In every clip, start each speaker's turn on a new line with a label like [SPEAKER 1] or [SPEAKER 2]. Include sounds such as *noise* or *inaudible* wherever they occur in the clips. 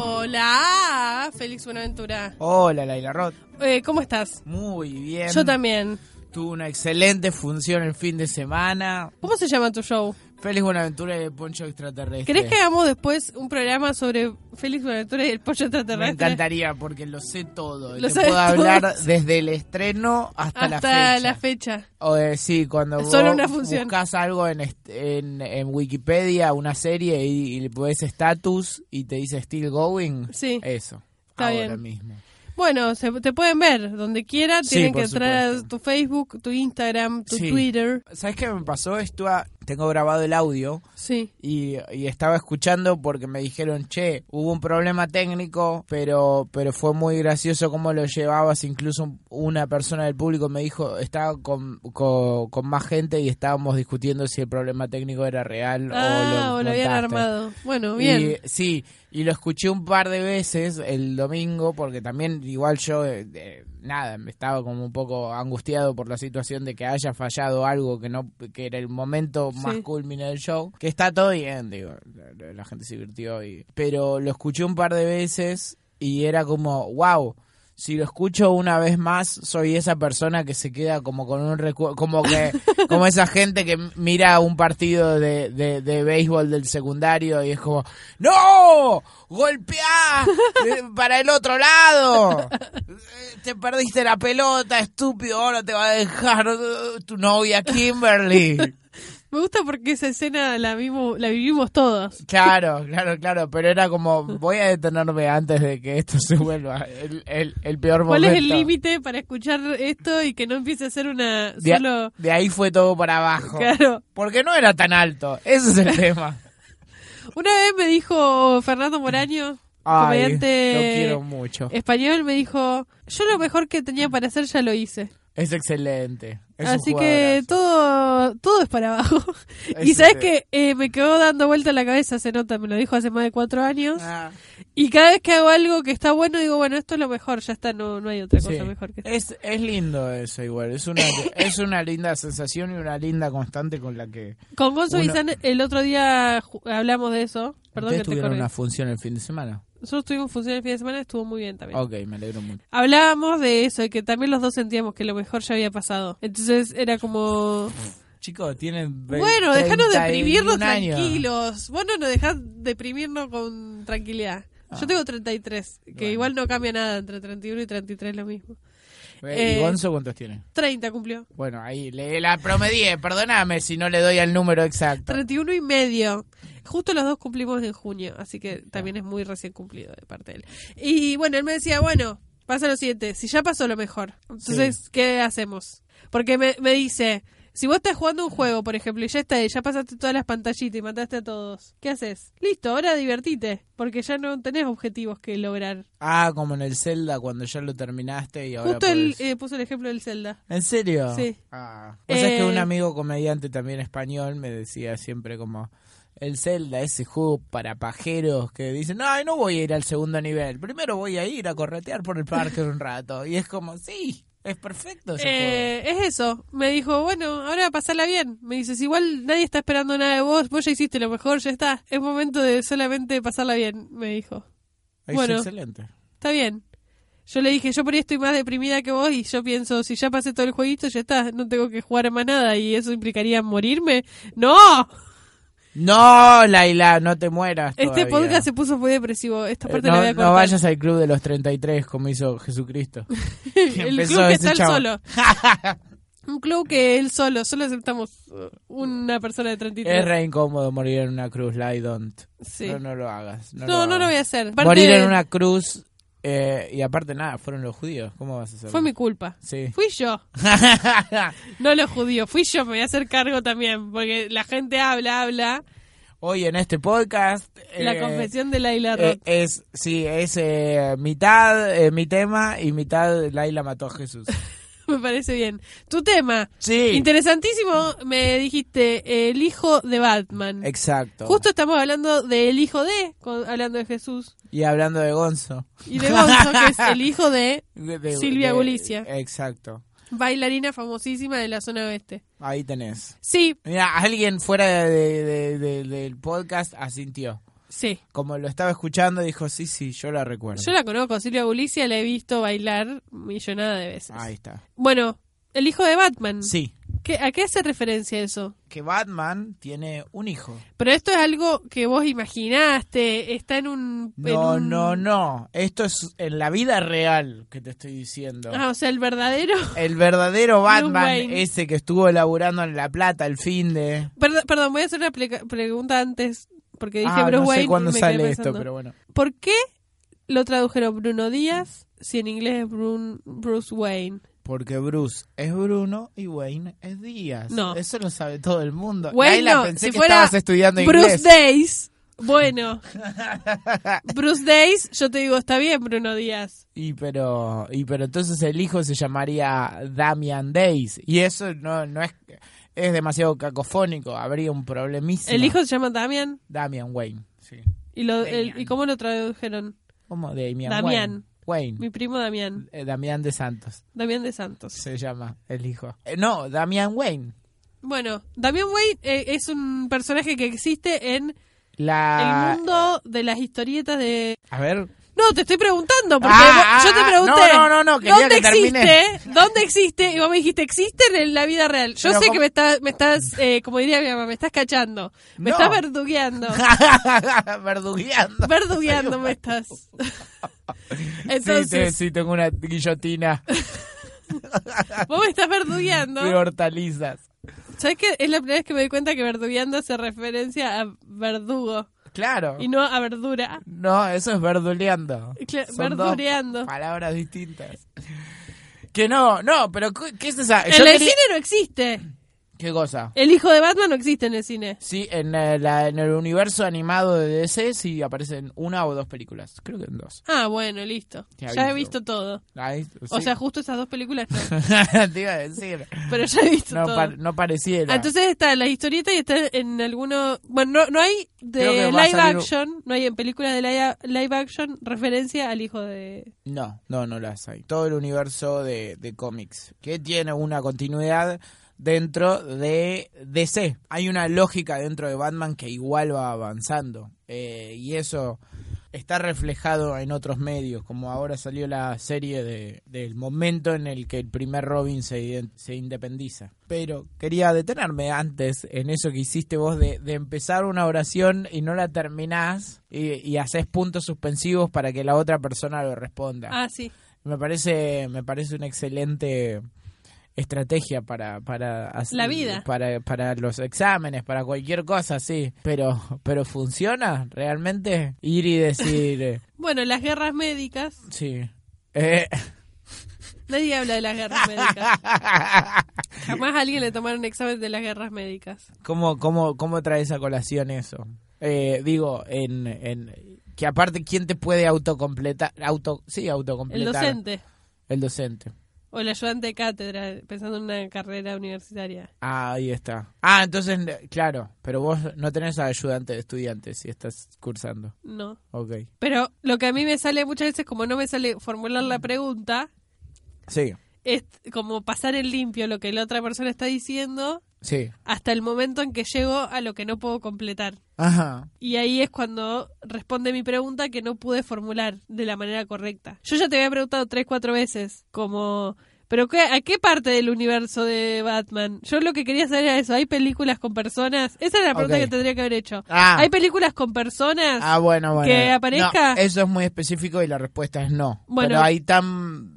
[SPEAKER 1] Hola, Félix Buenaventura.
[SPEAKER 2] Hola, Laila Roth.
[SPEAKER 1] Eh, ¿Cómo estás?
[SPEAKER 2] Muy bien.
[SPEAKER 1] Yo también.
[SPEAKER 2] Tuve una excelente función el fin de semana.
[SPEAKER 1] ¿Cómo se llama tu show?
[SPEAKER 2] Feliz Buenaventura y el Poncho Extraterrestre.
[SPEAKER 1] ¿Querés que hagamos después un programa sobre Félix Buenaventura y el pollo
[SPEAKER 2] Me
[SPEAKER 1] extraterrestre?
[SPEAKER 2] encantaría porque lo sé todo. y
[SPEAKER 1] Lo
[SPEAKER 2] Te
[SPEAKER 1] sabes
[SPEAKER 2] puedo hablar
[SPEAKER 1] *laughs* todo.
[SPEAKER 2] desde el estreno hasta, la fecha. O, eh, sí, cuando
[SPEAKER 1] Solo
[SPEAKER 2] vos
[SPEAKER 1] una función.
[SPEAKER 2] buscas algo en, est- en, en Wikipedia, una serie, y, y le pones status y te dice still going.
[SPEAKER 1] Sí.
[SPEAKER 2] Eso.
[SPEAKER 1] Está
[SPEAKER 2] ahora
[SPEAKER 1] bien.
[SPEAKER 2] mismo.
[SPEAKER 1] Bueno, se- te pueden ver donde quiera.
[SPEAKER 2] Sí,
[SPEAKER 1] Tienen
[SPEAKER 2] por
[SPEAKER 1] que entrar a
[SPEAKER 2] supuesto.
[SPEAKER 1] tu Facebook, tu Instagram, tu
[SPEAKER 2] Sí.
[SPEAKER 1] Twitter.
[SPEAKER 2] ¿Sabes qué me pasó? Estuve, tengo grabado el audio.
[SPEAKER 1] Sí.
[SPEAKER 2] y, y estaba escuchando porque me dijeron, che, hubo un problema técnico, pero, pero fue muy gracioso cómo lo llevabas. Incluso un- una persona del público me dijo, estaba con, con, con más gente y estábamos discutiendo si el problema técnico era real
[SPEAKER 1] ah,
[SPEAKER 2] o lo,
[SPEAKER 1] o lo habían
[SPEAKER 2] montaste".
[SPEAKER 1] armado. Bueno, bien.
[SPEAKER 2] Y, sí, y lo escuché un par de veces el domingo, porque también igual yo, eh, eh, nada, me estaba como un poco angustiado por la situación de que haya fallado algo que no que era el momento más
[SPEAKER 1] Sí.
[SPEAKER 2] culmine del show. Que está todo bien, digo, la- la, la gente se divirtió. Y, pero lo escuché un par de veces y era como, wow. Si lo escucho una vez más, soy esa persona que se queda como con un recuerdo, como que, como esa gente que mira un partido de, de, de béisbol del secundario y es como, ¡No! ¡Golpeá! eh, ¡Para el otro lado! Eh, Te perdiste la pelota, estúpido, ahora te va a dejar eh, tu novia Kimberly.
[SPEAKER 1] Me gusta porque esa escena la vimos, la vivimos todos.
[SPEAKER 2] Claro, claro, claro, pero era como, voy a detenerme antes de que esto se vuelva el, el, el peor
[SPEAKER 1] ¿Cuál
[SPEAKER 2] momento.
[SPEAKER 1] es el límite para escuchar esto y que no empiece a ser una
[SPEAKER 2] De, a-
[SPEAKER 1] solo
[SPEAKER 2] de ahí fue todo para abajo.
[SPEAKER 1] Claro.
[SPEAKER 2] Porque no era tan alto.
[SPEAKER 1] *laughs*
[SPEAKER 2] Ese es el tema.
[SPEAKER 1] Una vez me dijo Fernando Moraño,
[SPEAKER 2] Ay,
[SPEAKER 1] comediante
[SPEAKER 2] lo quiero mucho.
[SPEAKER 1] español, me dijo, yo lo mejor que tenía para hacer ya lo hice.
[SPEAKER 2] Es excelente. Es un
[SPEAKER 1] Así que
[SPEAKER 2] jugadorazo.
[SPEAKER 1] todo todo es para abajo.
[SPEAKER 2] *laughs* Es
[SPEAKER 1] y sabes
[SPEAKER 2] un-
[SPEAKER 1] que eh, me quedó dando vuelta la cabeza, se nota, me lo dijo hace más de cuatro años.
[SPEAKER 2] Ah,
[SPEAKER 1] Y cada vez que hago algo que está bueno, digo, bueno, esto es lo mejor, ya está, no, no hay otra
[SPEAKER 2] sí. Eh,
[SPEAKER 1] cosa mejor que esto.
[SPEAKER 2] es, es lindo eso igual. Es
[SPEAKER 1] *laughs*
[SPEAKER 2] una, es una linda sensación y una linda constante con la que...
[SPEAKER 1] Con Gonzo
[SPEAKER 2] Uno-
[SPEAKER 1] Guizán el otro día ju- hablamos de eso. Perdón que
[SPEAKER 2] Ustedes
[SPEAKER 1] te
[SPEAKER 2] tuvieron
[SPEAKER 1] corrí.
[SPEAKER 2] una función el fin de semana.
[SPEAKER 1] Nosotros tuvimos función el fin de semana, estuvo muy bien también.
[SPEAKER 2] Ok, me alegro mucho.
[SPEAKER 1] Hablábamos de eso, de que también los dos sentíamos que lo mejor ya había pasado. Entonces era como...
[SPEAKER 2] Chicos, tienen... ve-
[SPEAKER 1] Bueno, dejanos
[SPEAKER 2] 31
[SPEAKER 1] deprimirnos
[SPEAKER 2] años.
[SPEAKER 1] tranquilos. Vos no nos dejás deprimirnos con tranquilidad. Yo tengo 33, que igual no cambia nada entre 31 y 33 lo mismo.
[SPEAKER 2] Ve, ¿Y
[SPEAKER 1] Eh,
[SPEAKER 2] Gonzo cuántos tiene?
[SPEAKER 1] 30 cumplió.
[SPEAKER 2] Bueno, ahí le la promedié. Perdóname si no le doy el número exacto.
[SPEAKER 1] 31 y medio. Justo los dos cumplimos en junio, así que también es muy recién cumplido de parte de él. Y bueno, él me decía, bueno, pasa lo siguiente, si ya pasó lo mejor, entonces, ¿qué hacemos? Porque me, me dice, si vos estás jugando un juego, por ejemplo, y ya está, ya pasaste todas las pantallitas y mataste a todos, ¿qué haces? Listo, ahora divertite, porque ya no tenés objetivos que lograr.
[SPEAKER 2] Ah, como en el Zelda, cuando ya lo terminaste y ahora
[SPEAKER 1] Justo él
[SPEAKER 2] podés-
[SPEAKER 1] eh, puso el ejemplo del Zelda.
[SPEAKER 2] ¿En serio?
[SPEAKER 1] Sí.
[SPEAKER 2] Ah. O sea, es que
[SPEAKER 1] Eh,
[SPEAKER 2] un amigo comediante también español me decía siempre como... El Zelda, ese juego para pajeros que dicen, ay, no voy a ir al segundo nivel. Primero voy a ir a corretear por el parque un rato. Y es como, sí, es perfecto ese juego.
[SPEAKER 1] Eh, es eso. Me dijo, bueno, ahora pasala bien. Me dices, igual nadie está esperando nada de vos, vos ya hiciste lo mejor, ya está. Es momento de solamente pasarla bien, me dijo.
[SPEAKER 2] Es
[SPEAKER 1] bueno.
[SPEAKER 2] excelente.
[SPEAKER 1] Está bien. Yo le dije, yo por ahí estoy más deprimida que vos y yo pienso, si ya pasé todo el jueguito, ya está, no tengo que jugar más nada y eso implicaría morirme. ¡No!
[SPEAKER 2] No, Laila, no te mueras
[SPEAKER 1] Este
[SPEAKER 2] todavía.
[SPEAKER 1] podcast se puso muy depresivo. Esta
[SPEAKER 2] Eh,
[SPEAKER 1] parte la voy
[SPEAKER 2] no,
[SPEAKER 1] a
[SPEAKER 2] no
[SPEAKER 1] cortar. *laughs*
[SPEAKER 2] vayas al club de los 33 como hizo Jesucristo.
[SPEAKER 1] el
[SPEAKER 2] Empezó
[SPEAKER 1] club que
[SPEAKER 2] ese *laughs*
[SPEAKER 1] está él
[SPEAKER 2] chavo.
[SPEAKER 1] solo. Un club que él solo, solo aceptamos uh, una persona de 33.
[SPEAKER 2] Es re incómodo morir en una cruz, la I don't.
[SPEAKER 1] Sí.
[SPEAKER 2] No, no lo hagas.
[SPEAKER 1] No,
[SPEAKER 2] No, lo
[SPEAKER 1] no,
[SPEAKER 2] hagas.
[SPEAKER 1] lo voy a hacer.
[SPEAKER 2] Morir
[SPEAKER 1] Aparte,
[SPEAKER 2] en una cruz. eh, y aparte, nada, fueron los judíos. ¿Cómo vas a hacer?
[SPEAKER 1] Fue mi culpa.
[SPEAKER 2] Sí.
[SPEAKER 1] Fui
[SPEAKER 2] *laughs*
[SPEAKER 1] yo, no los judíos, fui yo, me voy a hacer cargo también, porque la gente habla, habla.
[SPEAKER 2] Hoy en este podcast.
[SPEAKER 1] la
[SPEAKER 2] eh,
[SPEAKER 1] confesión de Laila
[SPEAKER 2] eh,
[SPEAKER 1] Roth. *laughs*
[SPEAKER 2] es, sí, es eh, mitad eh, mi tema y mitad Laila mató a Jesús.
[SPEAKER 1] *laughs* Me parece bien. Tu tema.
[SPEAKER 2] Sí.
[SPEAKER 1] Interesantísimo, me dijiste, el hijo de Batman.
[SPEAKER 2] Exacto.
[SPEAKER 1] Justo estamos hablando del hijo de, con- hablando de Jesús.
[SPEAKER 2] Y hablando de Gonzo.
[SPEAKER 1] Y de Gonzo, que es el hijo de
[SPEAKER 2] De-
[SPEAKER 1] Silvia
[SPEAKER 2] de-
[SPEAKER 1] Gulicia.
[SPEAKER 2] Exacto.
[SPEAKER 1] bailarina famosísima de la zona oeste.
[SPEAKER 2] Ahí tenés.
[SPEAKER 1] Sí,
[SPEAKER 2] Mira, alguien fuera de- de- de- del podcast asintió.
[SPEAKER 1] sí.
[SPEAKER 2] Como lo estaba escuchando, dijo, sí, sí, yo la recuerdo.
[SPEAKER 1] Yo la conozco, Silvia Bulicia, la he visto bailar millonada de veces.
[SPEAKER 2] Ahí está.
[SPEAKER 1] Bueno, el hijo de Batman.
[SPEAKER 2] Sí.
[SPEAKER 1] ¿Qué- ¿A qué hace referencia eso?
[SPEAKER 2] Que Batman tiene un hijo.
[SPEAKER 1] Pero esto es algo que vos imaginaste, está en un... en
[SPEAKER 2] No,
[SPEAKER 1] un-
[SPEAKER 2] no, no. Esto es en la vida real que te estoy diciendo.
[SPEAKER 1] Ah, o sea, el verdadero... *laughs*
[SPEAKER 2] El verdadero Batman,
[SPEAKER 1] Wayne.
[SPEAKER 2] ese que estuvo laburando en La Plata el fin de...
[SPEAKER 1] Perdón, perdón, voy a hacer una pleca- pregunta antes, porque dije
[SPEAKER 2] Ah,
[SPEAKER 1] Bruce
[SPEAKER 2] no sé
[SPEAKER 1] Wayne y
[SPEAKER 2] cuándo
[SPEAKER 1] me quedé
[SPEAKER 2] sale esto,
[SPEAKER 1] pensando.
[SPEAKER 2] pero bueno.
[SPEAKER 1] ¿Por qué lo tradujeron Bruno Díaz si en inglés es Brun- Bruce Wayne?
[SPEAKER 2] Porque Bruce es Bruno y Wayne es Díaz.
[SPEAKER 1] No.
[SPEAKER 2] Eso lo sabe todo el mundo.
[SPEAKER 1] Wayne
[SPEAKER 2] Laila,
[SPEAKER 1] no,
[SPEAKER 2] pensé
[SPEAKER 1] si
[SPEAKER 2] que
[SPEAKER 1] fuera
[SPEAKER 2] estabas estudiando
[SPEAKER 1] Bruce
[SPEAKER 2] inglés.
[SPEAKER 1] Days. Bueno. Bruce Days, yo te digo, está bien Bruno Díaz.
[SPEAKER 2] Y pero, y pero entonces el hijo se llamaría Damian Days. Y eso no, no es, es demasiado cacofónico, habría un problemísimo.
[SPEAKER 1] El hijo se llama Damian.
[SPEAKER 2] Damian Wayne, sí.
[SPEAKER 1] ¿Y, lo, el-
[SPEAKER 2] Damian.
[SPEAKER 1] ¿y cómo lo tradujeron?
[SPEAKER 2] ¿Cómo? Damian
[SPEAKER 1] Damián.
[SPEAKER 2] Wayne. Wayne.
[SPEAKER 1] Mi primo Damián.
[SPEAKER 2] Eh, Damián de Santos
[SPEAKER 1] Damián de Santos.
[SPEAKER 2] se llama el hijo. Eh, no, Damian Wayne.
[SPEAKER 1] Bueno, Damián Wayne eh, es un personaje que existe en
[SPEAKER 2] La...
[SPEAKER 1] el mundo
[SPEAKER 2] eh.
[SPEAKER 1] de las historietas de...
[SPEAKER 2] A ver. *laughs*
[SPEAKER 1] No, te estoy preguntando, porque
[SPEAKER 2] Ah,
[SPEAKER 1] vos- yo
[SPEAKER 2] ah,
[SPEAKER 1] te
[SPEAKER 2] ah,
[SPEAKER 1] pregunté...
[SPEAKER 2] no, no, no, no, quería
[SPEAKER 1] ¿Dónde
[SPEAKER 2] que termine.
[SPEAKER 1] existe? ¿Dónde existe? Y vos me dijiste, existen en la vida real. Yo
[SPEAKER 2] Pero
[SPEAKER 1] sé
[SPEAKER 2] com-
[SPEAKER 1] que me, estás, me estás, eh, como diría mi mamá, me estás cachando. Me
[SPEAKER 2] No.
[SPEAKER 1] estás
[SPEAKER 2] *laughs*
[SPEAKER 1] verdugueando.
[SPEAKER 2] Verdugueando.
[SPEAKER 1] Verdugueando me estás.
[SPEAKER 2] *laughs* Sí, te-
[SPEAKER 1] Entonces,
[SPEAKER 2] sí, tengo
[SPEAKER 1] *laughs*
[SPEAKER 2] una guillotina
[SPEAKER 1] vos me estás
[SPEAKER 2] de
[SPEAKER 1] verdugueando.
[SPEAKER 2] hortalizas.
[SPEAKER 1] ¿Sabes qué? Es la primera vez que me doy cuenta que verdugueando hace referencia a verdugo
[SPEAKER 2] Claro.
[SPEAKER 1] y no a verdura.
[SPEAKER 2] No, eso es verduleando.
[SPEAKER 1] Cla-
[SPEAKER 2] Son dos
[SPEAKER 1] verduleando.
[SPEAKER 2] palabras distintas. Que no, no, pero cu- ¿qué es esa?
[SPEAKER 1] En
[SPEAKER 2] Yo
[SPEAKER 1] el
[SPEAKER 2] quería-
[SPEAKER 1] cine no existe.
[SPEAKER 2] ¿Qué cosa?
[SPEAKER 1] El hijo de Batman no existe en el cine.
[SPEAKER 2] Sí, en, eh, la- en el universo animado de DC sí aparecen una o dos películas. Creo que en dos.
[SPEAKER 1] Ah, bueno, listo.
[SPEAKER 2] Te
[SPEAKER 1] Ya he
[SPEAKER 2] aviso.
[SPEAKER 1] visto todo.
[SPEAKER 2] Ahí,
[SPEAKER 1] O
[SPEAKER 2] sí.
[SPEAKER 1] sea, justo esas dos películas no.
[SPEAKER 2] *laughs* te iba a decir.
[SPEAKER 1] *laughs* Pero ya he visto
[SPEAKER 2] No,
[SPEAKER 1] todo.
[SPEAKER 2] pa- no pareciera.
[SPEAKER 1] Ah, Entonces está en la historieta y está en alguno. Bueno, no, no hay
[SPEAKER 2] Creo
[SPEAKER 1] de
[SPEAKER 2] que va a
[SPEAKER 1] live
[SPEAKER 2] salir-
[SPEAKER 1] action, no hay en películas de live, live action referencia al hijo de.
[SPEAKER 2] No, no, no las hay. Todo el universo de, de cómics, que tiene una continuidad dentro de DC. Hay una lógica dentro de Batman que igual va avanzando. eh, y eso está reflejado en otros medios, como ahora salió la serie de, del momento en el que el primer Robin se, iden- se independiza. Pero quería detenerme antes en eso que hiciste vos de, de empezar una oración y no la terminás y, y haces puntos suspensivos para que la otra persona lo responda.
[SPEAKER 1] Ah, sí.
[SPEAKER 2] Me parece, me parece una excelente estrategia para para hacer-
[SPEAKER 1] La vida.
[SPEAKER 2] para para los exámenes para cualquier cosa sí pero pero funciona realmente ir y decir
[SPEAKER 1] *laughs*
[SPEAKER 2] eh,
[SPEAKER 1] Bueno, las guerras médicas.
[SPEAKER 2] sí Eh,
[SPEAKER 1] Nadie habla de las guerras
[SPEAKER 2] *laughs*
[SPEAKER 1] médicas. Jamás a alguien le tomaron examen de las guerras médicas.
[SPEAKER 2] ¿Cómo, cómo, cómo traes a colación eso? Eh, digo, en, en que aparte, ¿quién te puede autocompletar? Auto, sí,
[SPEAKER 1] El
[SPEAKER 2] autocompletar.
[SPEAKER 1] docente
[SPEAKER 2] El docente.
[SPEAKER 1] o el ayudante de cátedra, pensando en una carrera universitaria.
[SPEAKER 2] Ah, ahí está. Ah, entonces, claro, pero vos no tenés a ayudante de estudiantes si estás cursando.
[SPEAKER 1] No.
[SPEAKER 2] Ok.
[SPEAKER 1] Pero lo que a mí me sale muchas veces, como no me sale formular la pregunta,
[SPEAKER 2] Sí,
[SPEAKER 1] es como pasar en limpio lo que la otra persona está diciendo
[SPEAKER 2] sí.
[SPEAKER 1] hasta el momento en que llego a lo que no puedo completar.
[SPEAKER 2] Ajá.
[SPEAKER 1] Y ahí es cuando responde mi pregunta que no pude formular de la manera correcta. Yo ya te había preguntado tres, cuatro veces, como, ¿pero qué, a qué parte del universo de Batman? Yo lo que quería saber era eso, ¿hay películas con personas? Esa era la pregunta
[SPEAKER 2] Ok.
[SPEAKER 1] que tendría que haber hecho.
[SPEAKER 2] Ah.
[SPEAKER 1] ¿Hay películas con personas?
[SPEAKER 2] Ah, bueno, bueno.
[SPEAKER 1] Que aparezca.
[SPEAKER 2] No, eso es muy específico y la respuesta es no.
[SPEAKER 1] Bueno.
[SPEAKER 2] Pero hay tan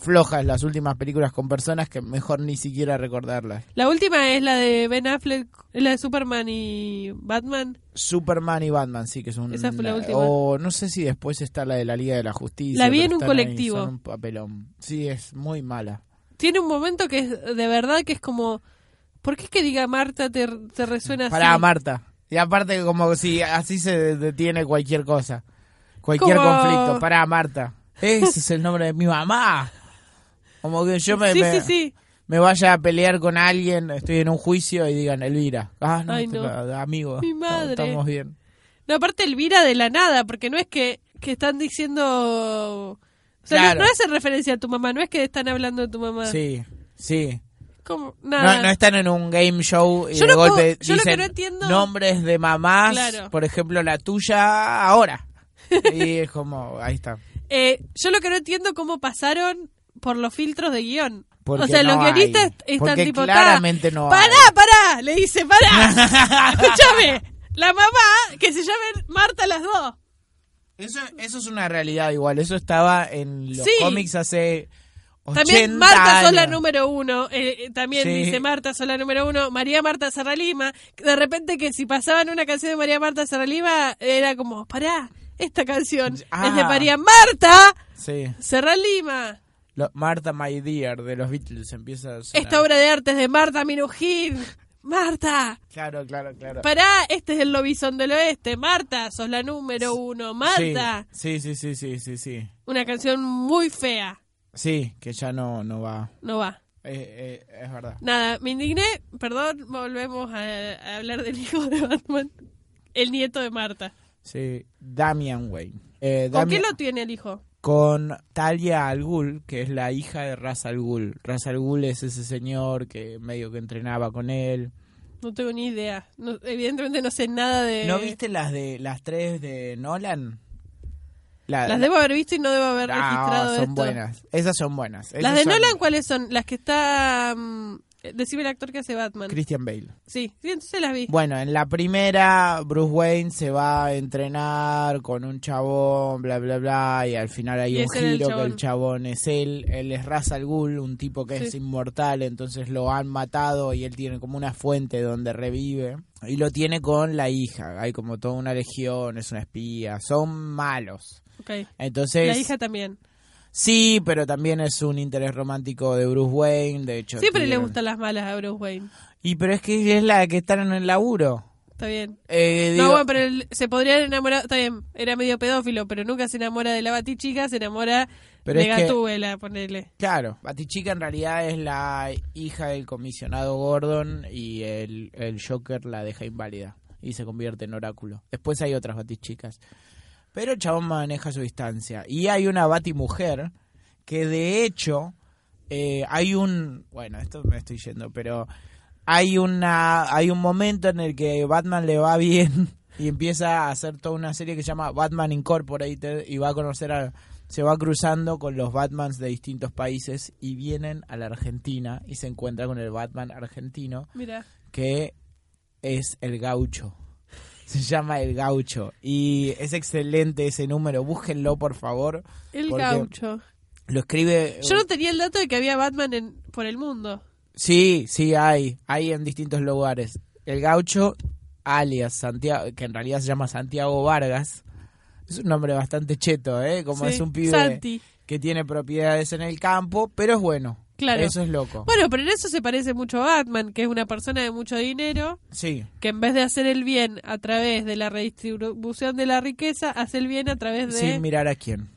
[SPEAKER 2] flojas las últimas películas con personas que mejor ni siquiera recordarlas.
[SPEAKER 1] La última es la de Ben Affleck, es la de Superman y Batman.
[SPEAKER 2] Superman y Batman, sí, que son.
[SPEAKER 1] Esa fue la última.
[SPEAKER 2] O no sé si después está la de la Liga de la Justicia.
[SPEAKER 1] La vi
[SPEAKER 2] pero
[SPEAKER 1] en un
[SPEAKER 2] están ahí,
[SPEAKER 1] colectivo.
[SPEAKER 2] son un papelón. Sí, es muy mala.
[SPEAKER 1] Tiene un momento que es de verdad que es como. ¿Por qué es que diga Marta te, te resuena
[SPEAKER 2] Para
[SPEAKER 1] así?
[SPEAKER 2] Marta. Y aparte, como si así se detiene cualquier cosa. Cualquier
[SPEAKER 1] Como-
[SPEAKER 2] conflicto. Para Marta. Ese es el nombre de mi mamá. Como que yo me,
[SPEAKER 1] sí,
[SPEAKER 2] me-
[SPEAKER 1] sí, sí.
[SPEAKER 2] me vaya a pelear con alguien, estoy en un juicio y digan, Elvira. Ah, no,
[SPEAKER 1] Ay,
[SPEAKER 2] te-
[SPEAKER 1] no.
[SPEAKER 2] amigo.
[SPEAKER 1] Mi
[SPEAKER 2] no,
[SPEAKER 1] madre.
[SPEAKER 2] Estamos bien.
[SPEAKER 1] No, aparte Elvira de la nada, porque no es que, que están diciendo... O sea,
[SPEAKER 2] Claro.
[SPEAKER 1] no, no hacen referencia a tu mamá, no es que están hablando de tu mamá.
[SPEAKER 2] Sí, sí.
[SPEAKER 1] Como, nada.
[SPEAKER 2] No, no están en un game show y
[SPEAKER 1] Ah. Yo
[SPEAKER 2] de
[SPEAKER 1] no
[SPEAKER 2] golpe
[SPEAKER 1] puedo- yo lo que
[SPEAKER 2] dicen
[SPEAKER 1] no entiendo-
[SPEAKER 2] nombres de mamás,
[SPEAKER 1] Claro.
[SPEAKER 2] por ejemplo, la
[SPEAKER 1] *laughs*
[SPEAKER 2] tuya ahora. Y es como, ahí está.
[SPEAKER 1] Eh, yo lo que no entiendo cómo pasaron por los filtros de guión.
[SPEAKER 2] Porque
[SPEAKER 1] o sea,
[SPEAKER 2] no
[SPEAKER 1] los guionistas
[SPEAKER 2] hay.
[SPEAKER 1] están
[SPEAKER 2] Porque
[SPEAKER 1] tipo... "Ta,
[SPEAKER 2] claramente no
[SPEAKER 1] ¡Pará,
[SPEAKER 2] hay".
[SPEAKER 1] pará! Le dice,
[SPEAKER 2] *laughs*
[SPEAKER 1] pará. Escúchame. La mamá, que se llame Marta las dos.
[SPEAKER 2] Eso, eso es una realidad igual, eso estaba en los
[SPEAKER 1] Sí.
[SPEAKER 2] cómics hace 80
[SPEAKER 1] También Marta
[SPEAKER 2] años.
[SPEAKER 1] Sola número uno, eh, eh, también
[SPEAKER 2] Sí.
[SPEAKER 1] dice Marta Sola número uno, María Marta Serra Lima, que de repente que si pasaban una canción de María Marta Serra Lima era como, pará, esta canción
[SPEAKER 2] Ah.
[SPEAKER 1] es de María Marta
[SPEAKER 2] Sí,
[SPEAKER 1] Serra Lima,
[SPEAKER 2] Lo- Marta My Dear de los Beatles empieza a sonar.
[SPEAKER 1] esta obra de arte es de Marta Minujín, Marta,
[SPEAKER 2] Claro, claro, claro.
[SPEAKER 1] pará, este es el Lobizón del Oeste, Marta, sos la número uno, Marta,
[SPEAKER 2] Sí, sí, sí, sí, sí, sí.
[SPEAKER 1] una canción muy fea,
[SPEAKER 2] Sí, que ya no, no va.
[SPEAKER 1] no va.
[SPEAKER 2] Eh, eh, es verdad.
[SPEAKER 1] Nada, me indigné. Perdón, volvemos a, a hablar del hijo de Batman. El nieto de Marta.
[SPEAKER 2] Sí, Damian Wayne. Eh,
[SPEAKER 1] ¿Con
[SPEAKER 2] Damian-
[SPEAKER 1] quién lo tiene el hijo?
[SPEAKER 2] con Talia Al Ghul, que es la hija de Ras Al Ghul. Ras Al Ghul es ese señor que medio que entrenaba con él.
[SPEAKER 1] No tengo ni idea. No- evidentemente no sé nada de...
[SPEAKER 2] ¿No viste las de las tres de Nolan? La-
[SPEAKER 1] Las debo haber visto y no debo haber
[SPEAKER 2] Ah,
[SPEAKER 1] registrado
[SPEAKER 2] son
[SPEAKER 1] esto.
[SPEAKER 2] buenas. Esas son buenas. Esas
[SPEAKER 1] ¿Las de
[SPEAKER 2] son-
[SPEAKER 1] Nolan cuáles son? Las que está... mm, decime el actor que hace Batman.
[SPEAKER 2] Christian Bale.
[SPEAKER 1] Sí, sí, entonces las vi.
[SPEAKER 2] Bueno, en la primera Bruce Wayne se va a entrenar con un chabón, bla, bla, bla, y al final
[SPEAKER 1] Y
[SPEAKER 2] hay un
[SPEAKER 1] ese era el
[SPEAKER 2] giro que el
[SPEAKER 1] chabón.
[SPEAKER 2] chabón es él, él es Ra's al Ghul, un tipo que es
[SPEAKER 1] Sí.
[SPEAKER 2] inmortal, entonces lo han matado y él tiene como una fuente donde revive. Y lo tiene con la hija, hay como toda una legión, es una espía, son malos.
[SPEAKER 1] Ok.
[SPEAKER 2] Entonces,
[SPEAKER 1] La hija también.
[SPEAKER 2] sí, pero también es un interés romántico de Bruce Wayne, de hecho.
[SPEAKER 1] Siempre le
[SPEAKER 2] tuvieron-
[SPEAKER 1] gustan las malas a Bruce Wayne.
[SPEAKER 2] Y pero es que es la que están en el laburo.
[SPEAKER 1] Está bien.
[SPEAKER 2] Eh,
[SPEAKER 1] no,
[SPEAKER 2] digo-
[SPEAKER 1] bueno, pero él- se podrían enamorar... Está bien, era medio pedófilo, pero nunca se enamora de la batichica, se enamora
[SPEAKER 2] Pero
[SPEAKER 1] de
[SPEAKER 2] es que-
[SPEAKER 1] Gatúbela, ponele.
[SPEAKER 2] Claro, Batichica en realidad es la hija del comisionado Gordon y el, el Joker la deja inválida y se convierte en oráculo. Después hay otras Batichicas. Pero el chabón maneja su distancia. Y hay una Batimujer que de hecho eh, hay un... Bueno, esto me estoy yendo, pero hay, una, hay un momento en el que Batman le va *laughs* bien y empieza a hacer toda una serie que se llama Batman Incorporated y va a conocer a se va cruzando con los Batmans de distintos países y vienen a la Argentina y se encuentra con el Batman argentino
[SPEAKER 1] Mira.
[SPEAKER 2] que es el gaucho. *laughs* Se llama El Gaucho y es excelente ese número, búsquenlo por favor.
[SPEAKER 1] El
[SPEAKER 2] Porque-
[SPEAKER 1] gaucho.
[SPEAKER 2] Lo escribe... uh,
[SPEAKER 1] Yo no tenía el dato de que había Batman en, por el mundo.
[SPEAKER 2] Sí, sí, hay, hay en distintos lugares. El Gaucho, alias Santiago, que en realidad se llama Santiago Vargas, es un nombre bastante cheto, ¿eh? Como
[SPEAKER 1] Sí.
[SPEAKER 2] es un pibe...
[SPEAKER 1] Santi.
[SPEAKER 2] que tiene propiedades en el campo, pero es bueno.
[SPEAKER 1] Claro.
[SPEAKER 2] Eso es loco.
[SPEAKER 1] Bueno, pero en eso se parece mucho a Batman, que es una persona de mucho dinero,
[SPEAKER 2] Sí,
[SPEAKER 1] que en vez de hacer el bien a través de la redistribución de la riqueza, hace el bien a través de...
[SPEAKER 2] sin mirar a quién.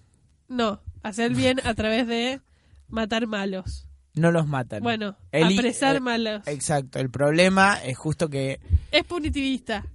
[SPEAKER 1] No, hace
[SPEAKER 2] *laughs*
[SPEAKER 1] el bien a través de matar malos.
[SPEAKER 2] No los matan.
[SPEAKER 1] Bueno,
[SPEAKER 2] El-
[SPEAKER 1] apresar
[SPEAKER 2] eh,
[SPEAKER 1] malos.
[SPEAKER 2] Exacto, el problema es justo que
[SPEAKER 1] es punitivista.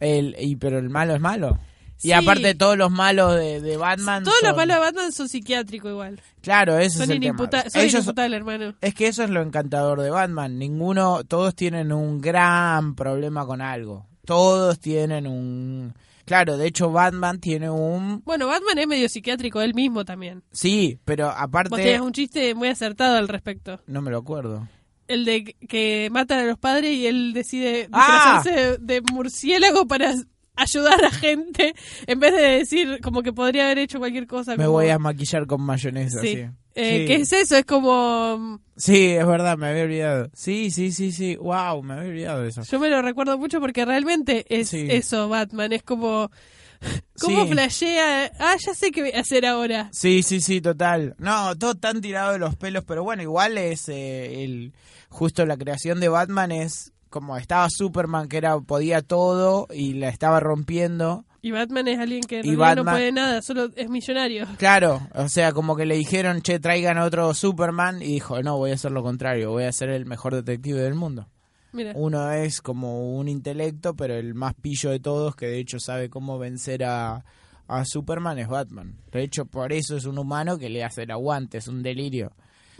[SPEAKER 2] el y pero el malo es malo. Y
[SPEAKER 1] Sí.
[SPEAKER 2] aparte todos los malos de, de Batman
[SPEAKER 1] Todos los
[SPEAKER 2] son-
[SPEAKER 1] malos de Batman son psiquiátricos igual.
[SPEAKER 2] Claro, eso
[SPEAKER 1] Son,
[SPEAKER 2] es el tema.
[SPEAKER 1] inimputa- son
[SPEAKER 2] Ellos-
[SPEAKER 1] inimputables, hermano.
[SPEAKER 2] es que eso es lo encantador de Batman, ninguno todos tienen un gran problema con algo. Todos tienen un Claro, de hecho Batman tiene un
[SPEAKER 1] Bueno, Batman es medio psiquiátrico él mismo también.
[SPEAKER 2] Sí, pero aparte
[SPEAKER 1] Vos tenías un chiste muy acertado al respecto.
[SPEAKER 2] no me lo acuerdo.
[SPEAKER 1] El de que- que matan a los padres y él decide
[SPEAKER 2] Ah.
[SPEAKER 1] disfrazarse de- de murciélago para ayudar a *laughs* gente en vez de decir como que podría haber hecho cualquier cosa.
[SPEAKER 2] Me
[SPEAKER 1] como-
[SPEAKER 2] voy a maquillar con mayonesa, sí.
[SPEAKER 1] Ah, Sí. Eh,
[SPEAKER 2] Sí.
[SPEAKER 1] ¿Qué es eso? Es como... mm,
[SPEAKER 2] Sí, es verdad, me había olvidado. Sí, sí, sí, sí. Wow, me había olvidado de eso.
[SPEAKER 1] Yo me lo recuerdo mucho porque realmente es
[SPEAKER 2] Sí.
[SPEAKER 1] eso, Batman. Es como... ¿Cómo
[SPEAKER 2] Sí.
[SPEAKER 1] flashea? Ah, ya sé qué voy a hacer ahora.
[SPEAKER 2] Sí, sí, sí, total. No, todo tan tirado de los pelos, pero bueno, igual es eh, el justo la creación de Batman es como estaba Superman que era podía todo y la estaba rompiendo.
[SPEAKER 1] Y Batman es alguien que en
[SPEAKER 2] Y
[SPEAKER 1] realidad no
[SPEAKER 2] Batman-
[SPEAKER 1] puede nada, solo es millonario. *laughs*
[SPEAKER 2] Claro, o sea, como que le dijeron, "Che, traigan otro Superman" y dijo, "No, voy a hacer lo contrario, voy a ser el mejor detective del mundo."
[SPEAKER 1] Mira,
[SPEAKER 2] Uno es como un intelecto, pero el más pillo de todos, que de hecho sabe cómo vencer a, a Superman, es Batman. De hecho, por eso es un humano que le hace el aguante, es un delirio.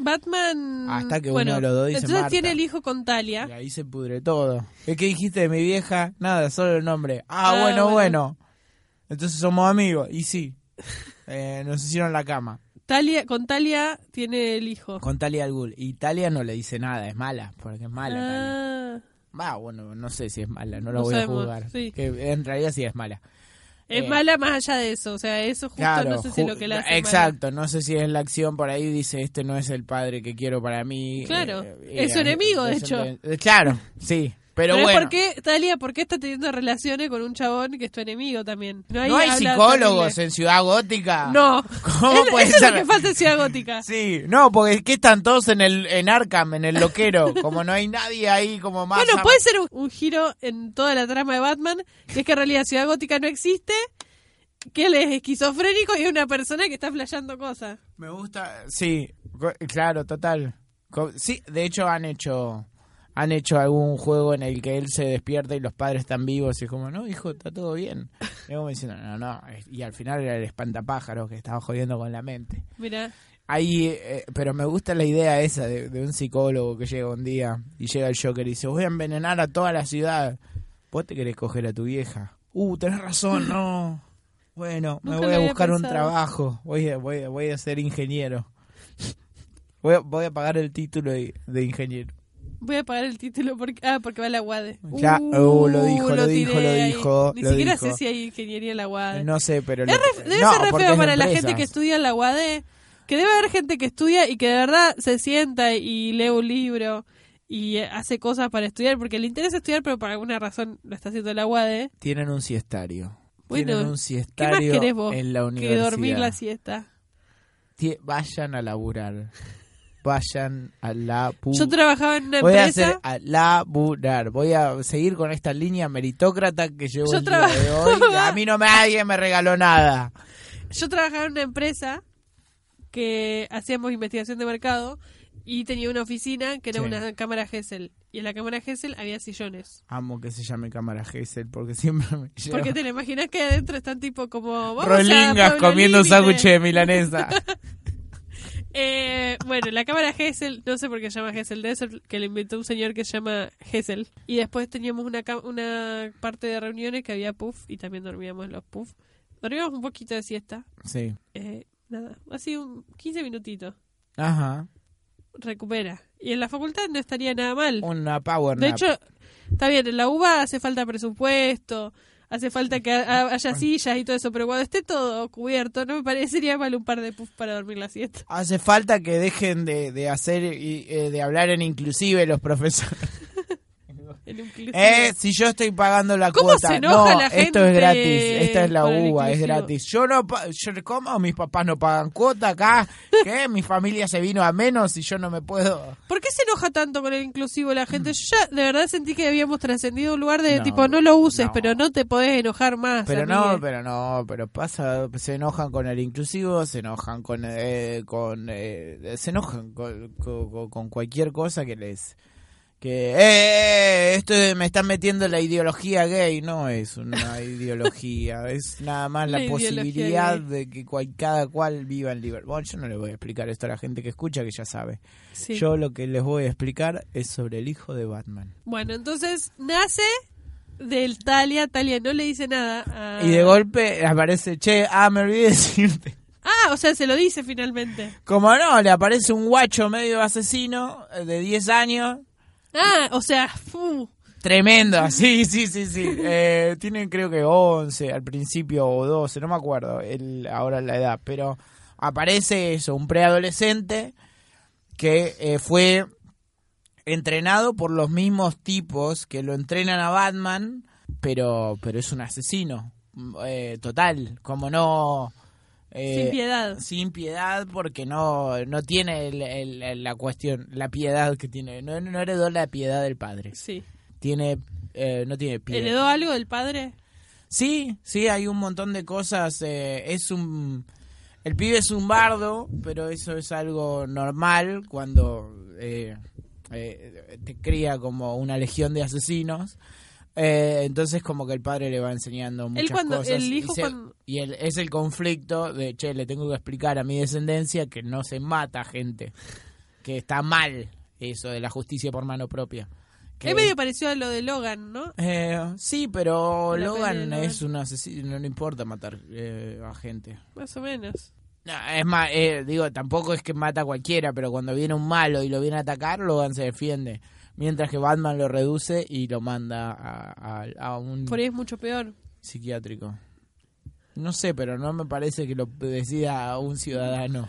[SPEAKER 1] Batman...
[SPEAKER 2] Hasta Ah, que
[SPEAKER 1] bueno,
[SPEAKER 2] uno de los dos dice
[SPEAKER 1] Entonces
[SPEAKER 2] Marta.
[SPEAKER 1] tiene el hijo con Talia.
[SPEAKER 2] Y ahí se pudre todo. ¿Y qué dijiste de mi vieja? Nada, solo el nombre. Ah,
[SPEAKER 1] Ah,
[SPEAKER 2] bueno,
[SPEAKER 1] bueno.
[SPEAKER 2] bueno. Entonces somos amigos. Y sí, Eh, nos hicieron la cama.
[SPEAKER 1] Talia. Con Talia tiene el hijo.
[SPEAKER 2] Con Talia al Ghul. Y Talia no le dice nada, es mala, porque es mala. Talia.
[SPEAKER 1] Ah,
[SPEAKER 2] Va, bueno, no sé si es mala, no la
[SPEAKER 1] No
[SPEAKER 2] voy
[SPEAKER 1] sabemos,
[SPEAKER 2] a juzgar.
[SPEAKER 1] sí.
[SPEAKER 2] Que en realidad sí es mala.
[SPEAKER 1] es
[SPEAKER 2] Eh,
[SPEAKER 1] mala más allá de eso. O sea, eso justo no sé si es
[SPEAKER 2] ju-
[SPEAKER 1] lo que la hace
[SPEAKER 2] Exacto, no sé si es la acción por ahí, dice, este no es el padre que quiero para mí. eh,
[SPEAKER 1] Claro, es su enemigo, de
[SPEAKER 2] es un-
[SPEAKER 1] hecho.
[SPEAKER 2] eh, claro, sí, pero,
[SPEAKER 1] Pero, es
[SPEAKER 2] bueno.
[SPEAKER 1] ¿por qué, Talia, por qué está teniendo relaciones con un chabón que es tu enemigo también?
[SPEAKER 2] no hay
[SPEAKER 1] habla
[SPEAKER 2] psicólogos
[SPEAKER 1] terrible.
[SPEAKER 2] en Ciudad Gótica.
[SPEAKER 1] No.
[SPEAKER 2] ¿Cómo
[SPEAKER 1] Es-
[SPEAKER 2] puede
[SPEAKER 1] eso
[SPEAKER 2] ser?
[SPEAKER 1] es lo que falta en Ciudad Gótica.
[SPEAKER 2] Sí, no, porque es que están todos en el en Arkham, en el loquero, *laughs* como no hay nadie ahí como más.
[SPEAKER 1] Bueno, puede ser un, un giro en toda la trama de Batman, que es que en realidad Ciudad Gótica no existe, que él es esquizofrénico y es una persona que está flasheando cosas.
[SPEAKER 2] Me gusta, sí, co- claro, total. Co- Sí, de hecho han hecho han hecho algún juego en el que él se despierta y los padres están vivos y es como, no, hijo, está todo bien. Y como diciendo, no, no, es- y al final era el espantapájaros que estaba jodiendo con la mente.
[SPEAKER 1] Mira,
[SPEAKER 2] Ahí, eh, pero me gusta la idea esa de, de un psicólogo que llega un día y llega el Joker y dice, voy a envenenar a toda la ciudad. Vos te querés coger a tu vieja. Uh, tenés razón, no. Bueno, me
[SPEAKER 1] Nunca
[SPEAKER 2] voy
[SPEAKER 1] lo
[SPEAKER 2] a
[SPEAKER 1] había
[SPEAKER 2] buscar un
[SPEAKER 1] pensado.
[SPEAKER 2] trabajo. Voy a, voy a- voy a ser ingeniero. *laughs* Voy a, voy a pagar el título de, de ingeniero.
[SPEAKER 1] voy a pagar el título porque, ah, porque va a la UADE.
[SPEAKER 2] Ya, uh, lo dijo, lo
[SPEAKER 1] tiré
[SPEAKER 2] dijo, lo
[SPEAKER 1] ahí.
[SPEAKER 2] dijo,
[SPEAKER 1] Ni
[SPEAKER 2] lo
[SPEAKER 1] siquiera
[SPEAKER 2] dijo.
[SPEAKER 1] sé si hay ingeniería en la UADE.
[SPEAKER 2] No sé, pero...
[SPEAKER 1] Ah. Es
[SPEAKER 2] lo-
[SPEAKER 1] re- debe
[SPEAKER 2] no,
[SPEAKER 1] ser re
[SPEAKER 2] porque
[SPEAKER 1] feo
[SPEAKER 2] es de
[SPEAKER 1] para la gente
[SPEAKER 2] empresas.
[SPEAKER 1] que estudia en la UAD, que debe haber gente que estudia y que de verdad se sienta y lee un libro y eh, hace cosas para estudiar, porque le interesa estudiar, pero por alguna razón lo está haciendo la UAD.
[SPEAKER 2] Tienen un siestario.
[SPEAKER 1] Bueno,
[SPEAKER 2] Tienen un
[SPEAKER 1] ¿Qué más
[SPEAKER 2] siestario
[SPEAKER 1] querés vos
[SPEAKER 2] en la
[SPEAKER 1] que
[SPEAKER 2] universidad.
[SPEAKER 1] dormir la siesta?
[SPEAKER 2] Tie- vayan a laburar. Vayan a laburar.
[SPEAKER 1] Yo trabajaba en una
[SPEAKER 2] Voy a
[SPEAKER 1] empresa.
[SPEAKER 2] hacer a laburar. Voy a seguir con esta línea meritócrata que llevo
[SPEAKER 1] Yo
[SPEAKER 2] el día de hoy.
[SPEAKER 1] trabajaba- *laughs*
[SPEAKER 2] A mí no me- nadie me regaló nada.
[SPEAKER 1] Yo trabajaba en una empresa que hacíamos investigación de mercado y tenía una oficina que era
[SPEAKER 2] Sí.
[SPEAKER 1] una cámara Gesell. Y en la cámara Gesell había sillones.
[SPEAKER 2] Amo que se llame cámara Gesell porque siempre me lleva.
[SPEAKER 1] Porque te lo imaginas que adentro están tipo como... vamos a
[SPEAKER 2] Rolingas
[SPEAKER 1] Pueblo
[SPEAKER 2] comiendo un
[SPEAKER 1] Libre.
[SPEAKER 2] sándwich
[SPEAKER 1] *laughs*
[SPEAKER 2] de milanesa.
[SPEAKER 1] Eh, bueno, la cámara Gesell, no sé por qué se llama Gesell, debe ser que la inventó un señor que se llama Gesell. Y después teníamos una, ca- una parte de reuniones que había puff y también dormíamos los puff. Dormíamos un poquito de siesta.
[SPEAKER 2] sí.
[SPEAKER 1] Eh, nada, así un 15 minutitos.
[SPEAKER 2] Ajá.
[SPEAKER 1] Recupera. Y en la facultad no estaría nada mal.
[SPEAKER 2] Una power
[SPEAKER 1] De
[SPEAKER 2] nap.
[SPEAKER 1] hecho, está bien, en la UBA hace falta presupuesto, hace falta que ha- haya sillas y todo eso, pero cuando esté todo cubierto, no me parecería mal un par de puff para dormir la siesta.
[SPEAKER 2] Hace falta que dejen de, de hacer y eh, de hablar en inclusive los profesores.
[SPEAKER 1] En un club.
[SPEAKER 2] Eh, si yo estoy pagando la
[SPEAKER 1] ¿Cómo
[SPEAKER 2] cuota.
[SPEAKER 1] se enoja
[SPEAKER 2] no,
[SPEAKER 1] la
[SPEAKER 2] esto es
[SPEAKER 1] gente
[SPEAKER 2] gratis. Esta es la
[SPEAKER 1] con el
[SPEAKER 2] uva, es
[SPEAKER 1] inclusivo?
[SPEAKER 2] gratis. Yo no pa- yo como mis papás no pagan cuota
[SPEAKER 1] *laughs*
[SPEAKER 2] acá, que mi familia se vino a menos y yo no me puedo.
[SPEAKER 1] ¿Por qué se enoja tanto con el inclusivo la gente? Yo ya de verdad sentí que habíamos trascendido un lugar de
[SPEAKER 2] Mm. No,
[SPEAKER 1] tipo, no lo uses,
[SPEAKER 2] no.
[SPEAKER 1] pero no te podés enojar más.
[SPEAKER 2] Pero
[SPEAKER 1] amigue.
[SPEAKER 2] no, pero no, pero pasa, se enojan con el inclusivo, se enojan con eh, con eh, se enojan con, con- con cualquier cosa que les que eh, eh, esto me están metiendo la ideología gay, no es
[SPEAKER 1] *laughs*
[SPEAKER 2] una ideología, es nada más la,
[SPEAKER 1] La ideología
[SPEAKER 2] posibilidad
[SPEAKER 1] gay.
[SPEAKER 2] de que cual- cada cual viva en libertad. Bueno, yo no le voy a explicar esto a la gente que escucha que ya sabe.
[SPEAKER 1] Sí.
[SPEAKER 2] Yo lo que les voy a explicar es sobre el hijo de Batman.
[SPEAKER 1] Bueno, entonces nace del Talia. Talia no le dice nada. a-
[SPEAKER 2] Y de golpe aparece, che, ah, me olvidé decirte.
[SPEAKER 1] Ah, o sea, se lo dice finalmente.
[SPEAKER 2] Como no, le aparece un guacho medio asesino eh, de 10 años.
[SPEAKER 1] Ah, o sea, fu.
[SPEAKER 2] Tremendo, *laughs* sí, sí, sí, sí. Eh, tienen creo que 11 al principio o 12, no me acuerdo el, ahora la edad, pero aparece eso, un preadolescente que eh, fue entrenado por los mismos tipos que lo entrenan a Batman, pero, pero es un asesino eh, total, como no... eh,
[SPEAKER 1] Sin piedad.
[SPEAKER 2] Sin piedad porque no, no tiene el- el- el- la cuestión, la piedad que tiene, no, no heredó la piedad del padre,
[SPEAKER 1] Sí.
[SPEAKER 2] tiene, eh, no tiene piedad.
[SPEAKER 1] ¿Heredó algo del padre?
[SPEAKER 2] Sí, sí, hay un montón de cosas. eh, es un. El pibe es un bardo, pero eso es algo normal cuando eh, eh, te cría como una legión de asesinos. Eh, entonces, como que el padre le va enseñando muchas
[SPEAKER 1] cuando-
[SPEAKER 2] cosas.
[SPEAKER 1] el hijo
[SPEAKER 2] y se-
[SPEAKER 1] cuando-
[SPEAKER 2] y el- es el conflicto de, che, le tengo que explicar a mi descendencia que no se mata gente. Que está mal eso de la justicia por mano propia. Que
[SPEAKER 1] Es medio parecido a lo de Logan, ¿no?
[SPEAKER 2] eh, sí,
[SPEAKER 1] La
[SPEAKER 2] pero
[SPEAKER 1] peli de
[SPEAKER 2] Logan
[SPEAKER 1] Logan.
[SPEAKER 2] es un asesino, no le importa matar eh, a gente.
[SPEAKER 1] Más o menos.
[SPEAKER 2] No, es más, eh, digo, tampoco es que mata a cualquiera, pero cuando viene un malo y lo viene a atacar, Logan se defiende. Mientras que Batman lo reduce y lo manda a, a- a un
[SPEAKER 1] Por ahí es mucho peor.
[SPEAKER 2] psiquiátrico. No sé, pero no me parece que lo decida
[SPEAKER 1] *laughs*
[SPEAKER 2] un ciudadano.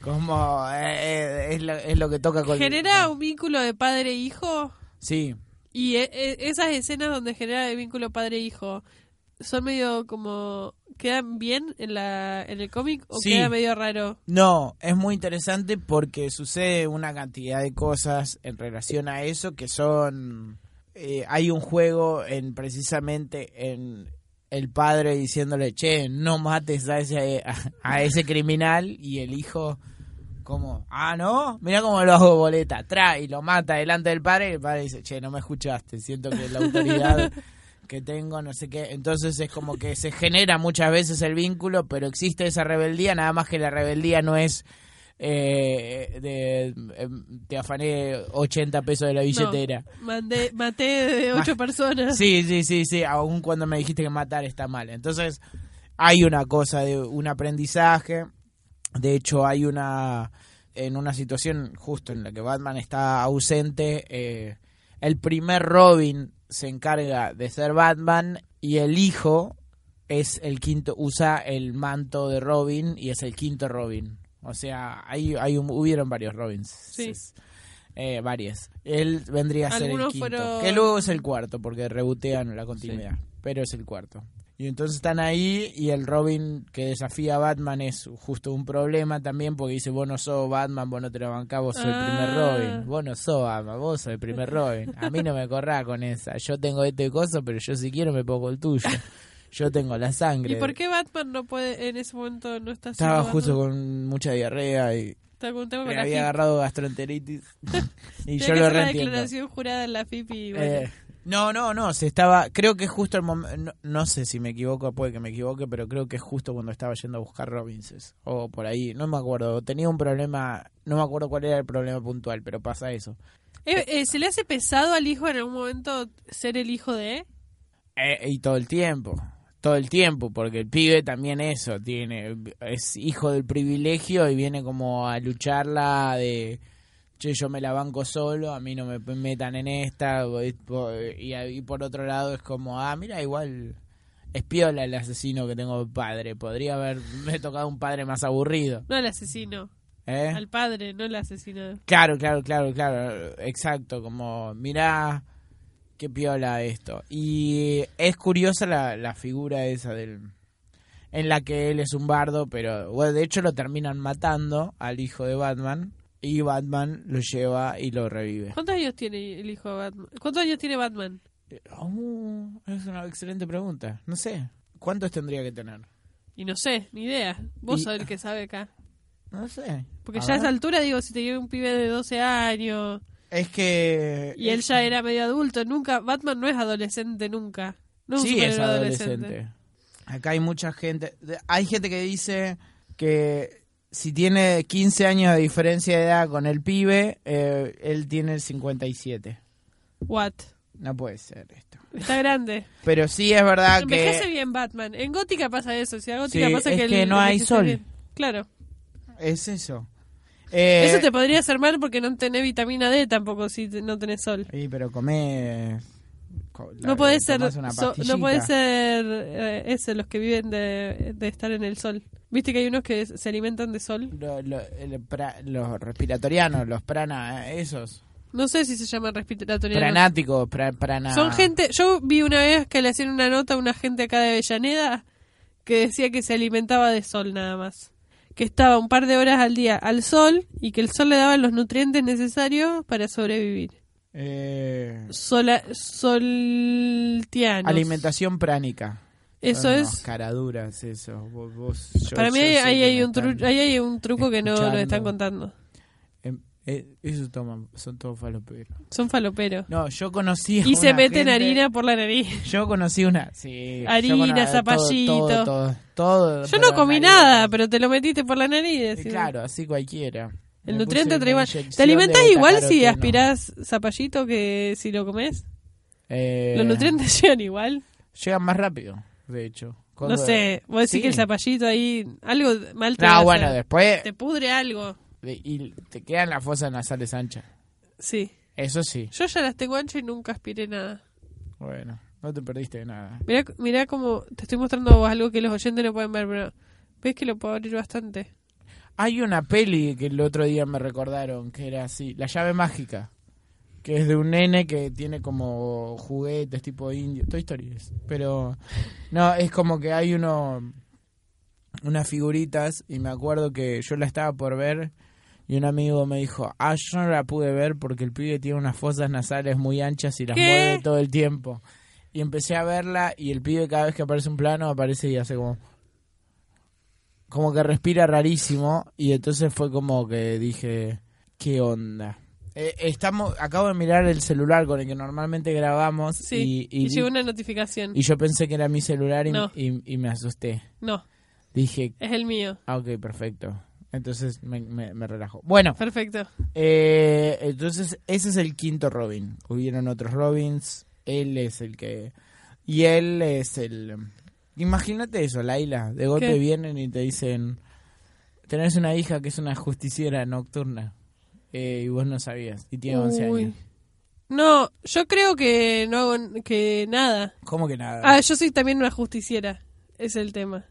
[SPEAKER 2] Como eh, eh, es, lo, es lo que toca con...
[SPEAKER 1] Genera un vínculo de padre-hijo
[SPEAKER 2] Sí,
[SPEAKER 1] y e- e- esas escenas donde genera el vínculo padre-hijo son medio como... ¿Quedan bien en, la, en el cómic o
[SPEAKER 2] Sí.
[SPEAKER 1] queda medio raro?
[SPEAKER 2] No, es muy interesante porque sucede una cantidad de cosas en relación a eso que son... eh, hay un juego en precisamente en el padre diciéndole, che, no mates a ese, a, ese criminal y el hijo como, ah, no, mira cómo lo hago boleta, trae y lo mata delante del padre y el padre dice, che, no me escuchaste, siento que la autoridad que tengo, no sé qué. Entonces es como que se genera muchas veces el vínculo, pero existe esa rebeldía, nada más que la rebeldía no es eh, de, em, te afané 80 pesos de la billetera.
[SPEAKER 1] No, mandé, maté
[SPEAKER 2] *laughs*
[SPEAKER 1] de ocho *laughs* personas.
[SPEAKER 2] Ah, Sí, sí, sí, sí, aún cuando me dijiste que matar está mal. Entonces hay una cosa de un aprendizaje. De hecho hay una en una situación justo en la que Batman está ausente, eh, el primer Robin se encarga de ser Batman y el hijo es el quinto usa el manto de Robin y es el quinto Robin. O sea, hay, hay un- hubieron varios Robins.
[SPEAKER 1] Sí.
[SPEAKER 2] Eh, varias. Él vendría a ser el
[SPEAKER 1] Algunos
[SPEAKER 2] quinto.
[SPEAKER 1] fueron-
[SPEAKER 2] Que luego es el cuarto, porque rebotean la continuidad. Pero es el cuarto. Y entonces están ahí y el Robin que desafía a Batman es justo un problema también porque dice, vos no sos Batman, vos no te lo bancás, vos sos
[SPEAKER 1] Ah.
[SPEAKER 2] el primer Robin. Vos no sos Batman, vos sos el
[SPEAKER 1] *laughs*
[SPEAKER 2] primer Robin. A mí no me corrá con esa. Yo tengo este coso, pero yo si quiero me pongo el
[SPEAKER 1] *laughs*
[SPEAKER 2] tuyo. Yo tengo la sangre.
[SPEAKER 1] ¿Y por qué Batman no puede, en ese momento no está siendo
[SPEAKER 2] Estaba
[SPEAKER 1] Batman?
[SPEAKER 2] justo con mucha diarrea y
[SPEAKER 1] Está con un tema
[SPEAKER 2] me
[SPEAKER 1] con la
[SPEAKER 2] había
[SPEAKER 1] FIP. *laughs*
[SPEAKER 2] agarrado gastroenteritis. y
[SPEAKER 1] Tenía
[SPEAKER 2] yo
[SPEAKER 1] que hacer
[SPEAKER 2] lo
[SPEAKER 1] la
[SPEAKER 2] reentiendo.
[SPEAKER 1] declaración jurada en la FIP y bueno.
[SPEAKER 2] Eh, no, no, no, se estaba, creo que justo el momento, no, no sé si me equivoco, puede que me equivoque, pero creo que justo cuando estaba yendo a buscar Robinses, o por ahí, no me acuerdo, tenía un problema, no me acuerdo cuál era el problema puntual, pero pasa eso.
[SPEAKER 1] Eh, eh, ¿Se le hace pesado al hijo en algún momento ser el hijo de?
[SPEAKER 2] Eh, y todo el tiempo, todo el tiempo, porque el pibe también eso, tiene, es hijo del privilegio y viene como a lucharla de... Che, yo me la banco solo, a mí no me metan en esta. voy por- Y, ahí por otro lado es como, ah, mira, igual es piola el asesino que tengo de padre. Podría haberme tocado un padre más aburrido.
[SPEAKER 1] No el asesino.
[SPEAKER 2] ¿eh?
[SPEAKER 1] Al padre, no el asesino.
[SPEAKER 2] Claro, claro, claro, claro, exacto, como mirá qué piola esto. Y es curiosa la, la figura esa del en la que él es un bardo, pero bueno, de hecho lo terminan matando al hijo de Batman y Batman lo lleva y lo revive.
[SPEAKER 1] ¿Cuántos años tiene el hijo de Batman? ¿Cuántos años tiene Batman?
[SPEAKER 2] Oh, es una excelente pregunta. No sé, ¿cuántos tendría que tener?
[SPEAKER 1] Y no sé, ni idea. Vos
[SPEAKER 2] Y-
[SPEAKER 1] sos el que sabe acá.
[SPEAKER 2] No sé.
[SPEAKER 1] Porque
[SPEAKER 2] A
[SPEAKER 1] ya a esa
[SPEAKER 2] ver.
[SPEAKER 1] altura, digo, si te lleva un pibe de 12 años
[SPEAKER 2] es que
[SPEAKER 1] y él ya era medio adulto, nunca. Batman no es adolescente nunca. No un
[SPEAKER 2] sí es
[SPEAKER 1] superhéroe
[SPEAKER 2] adolescente. Acá hay mucha gente. de- Hay gente que dice que si tiene 15 años de diferencia de edad con el pibe, eh, él tiene el 57.
[SPEAKER 1] What?
[SPEAKER 2] No puede ser esto.
[SPEAKER 1] Está grande.
[SPEAKER 2] Pero sí es verdad
[SPEAKER 1] Envejece
[SPEAKER 2] Ah, que
[SPEAKER 1] bien Batman. En Gótica pasa eso. Si a Gótica
[SPEAKER 2] Sí,
[SPEAKER 1] pasa
[SPEAKER 2] es
[SPEAKER 1] que, el-
[SPEAKER 2] que no hay
[SPEAKER 1] envejece
[SPEAKER 2] sol.
[SPEAKER 1] bien. Claro.
[SPEAKER 2] es eso. Eh,
[SPEAKER 1] Eso te podría hacer mal porque no tenés vitamina D tampoco si te- no tenés sol.
[SPEAKER 2] sí, Eh, pero comé... co- la-
[SPEAKER 1] no podés ser,
[SPEAKER 2] tomás una
[SPEAKER 1] so- no
[SPEAKER 2] pastillita.
[SPEAKER 1] podés ser eh, ese, los que viven de, de estar en el sol. Viste que hay unos que se alimentan de sol.
[SPEAKER 2] Lo- lo- el pra- los respiratorianos, los prana, eh, esos.
[SPEAKER 1] No sé si se llaman respiratorios.
[SPEAKER 2] Pranáticos, pra- prana.
[SPEAKER 1] Son gente. Yo vi una vez que le hacían una nota a una gente acá de Avellaneda que decía que se alimentaba de sol nada más. Que estaba un par de horas al día al sol y que el sol le daba los nutrientes necesarios para sobrevivir.
[SPEAKER 2] Eh,
[SPEAKER 1] Sola, soltianos.
[SPEAKER 2] alimentación pránica.
[SPEAKER 1] Eso
[SPEAKER 2] Son
[SPEAKER 1] es.
[SPEAKER 2] unos Caraduras, eso. Vos- vos- yo-
[SPEAKER 1] Para mí
[SPEAKER 2] yo
[SPEAKER 1] ahí,
[SPEAKER 2] sé
[SPEAKER 1] ahí
[SPEAKER 2] que
[SPEAKER 1] hay
[SPEAKER 2] me
[SPEAKER 1] un
[SPEAKER 2] están-
[SPEAKER 1] tru- ahí hay un truco que no nos están
[SPEAKER 2] escuchando.
[SPEAKER 1] contando.
[SPEAKER 2] em, eh, esos toman, son todos faloperos.
[SPEAKER 1] Son
[SPEAKER 2] *laughs*
[SPEAKER 1] faloperos.
[SPEAKER 2] No, yo conocí. a
[SPEAKER 1] Y se
[SPEAKER 2] una
[SPEAKER 1] meten
[SPEAKER 2] gente-
[SPEAKER 1] harina por la
[SPEAKER 2] *laughs*
[SPEAKER 1] nariz.
[SPEAKER 2] Yo conocí una. Sí, yo
[SPEAKER 1] Harina,
[SPEAKER 2] conocí- todo-
[SPEAKER 1] zapallito.
[SPEAKER 2] Todo, todo, todo,
[SPEAKER 1] Yo no
[SPEAKER 2] pero
[SPEAKER 1] comí
[SPEAKER 2] harina.
[SPEAKER 1] nada, pero te lo metiste por la nariz.
[SPEAKER 2] Eh,
[SPEAKER 1] decís.
[SPEAKER 2] Claro, así cualquiera.
[SPEAKER 1] El
[SPEAKER 2] Me
[SPEAKER 1] nutriente
[SPEAKER 2] puse
[SPEAKER 1] te
[SPEAKER 2] una
[SPEAKER 1] igual. ¿Te
[SPEAKER 2] inyección
[SPEAKER 1] alimentás
[SPEAKER 2] de
[SPEAKER 1] igual si
[SPEAKER 2] tacaroteno.
[SPEAKER 1] aspirás zapallito que si lo comes?
[SPEAKER 2] Eh,
[SPEAKER 1] ¿Los nutrientes *laughs* llegan igual?
[SPEAKER 2] Llegan más rápido, de hecho.
[SPEAKER 1] No
[SPEAKER 2] Cuando-
[SPEAKER 1] sé. Vos decís
[SPEAKER 2] Sí.
[SPEAKER 1] que el zapallito ahí, algo mal te va a
[SPEAKER 2] No,
[SPEAKER 1] hacer.
[SPEAKER 2] bueno, después.
[SPEAKER 1] Te pudre algo.
[SPEAKER 2] de- y te quedan las fosas nasales anchas.
[SPEAKER 1] Sí.
[SPEAKER 2] Eso sí.
[SPEAKER 1] Yo ya las tengo anchas y nunca aspiré nada.
[SPEAKER 2] Bueno, no te perdiste de nada.
[SPEAKER 1] Mirá, mirá como te estoy mostrando a vos algo que los oyentes no pueden ver, pero ves que lo puedo abrir bastante.
[SPEAKER 2] Hay una peli que el otro día me recordaron que era así, La llave mágica, que es de un nene que tiene como juguetes tipo indio, Toy Story es, pero no, es como que hay uno unas figuritas y me acuerdo que yo la estaba por ver y un amigo me dijo, "Ah, yo no la pude ver porque el pibe tiene unas fosas nasales muy anchas y las
[SPEAKER 1] ¿Qué?
[SPEAKER 2] mueve todo el tiempo." Y empecé a verla y el pibe cada vez que aparece un plano aparece y hace como como que respira rarísimo y entonces fue como que dije, ¿qué onda? Eh, estamos, acabo de mirar el celular con el que normalmente grabamos
[SPEAKER 1] Sí.
[SPEAKER 2] y, y
[SPEAKER 1] Y, llegó
[SPEAKER 2] di-
[SPEAKER 1] una notificación.
[SPEAKER 2] y yo pensé que era mi celular y,
[SPEAKER 1] No.
[SPEAKER 2] y- y me asusté.
[SPEAKER 1] No,
[SPEAKER 2] Dije,
[SPEAKER 1] es el mío.
[SPEAKER 2] ah, ok, perfecto. Entonces me, me, me relajo. Bueno,
[SPEAKER 1] Perfecto.
[SPEAKER 2] eh, entonces ese es el quinto Robin. Hubieron otros Robins, él es el que... Y él es el... Imagínate eso, Laila. De golpe
[SPEAKER 1] ¿Qué?
[SPEAKER 2] vienen y te dicen, tenés una hija que es una justiciera nocturna. Eh, y vos no sabías. Y tiene 11
[SPEAKER 1] Uy.
[SPEAKER 2] años.
[SPEAKER 1] No, yo creo que no hago n- que nada.
[SPEAKER 2] ¿Cómo que nada?
[SPEAKER 1] Ah, yo soy también una justiciera. Es el tema.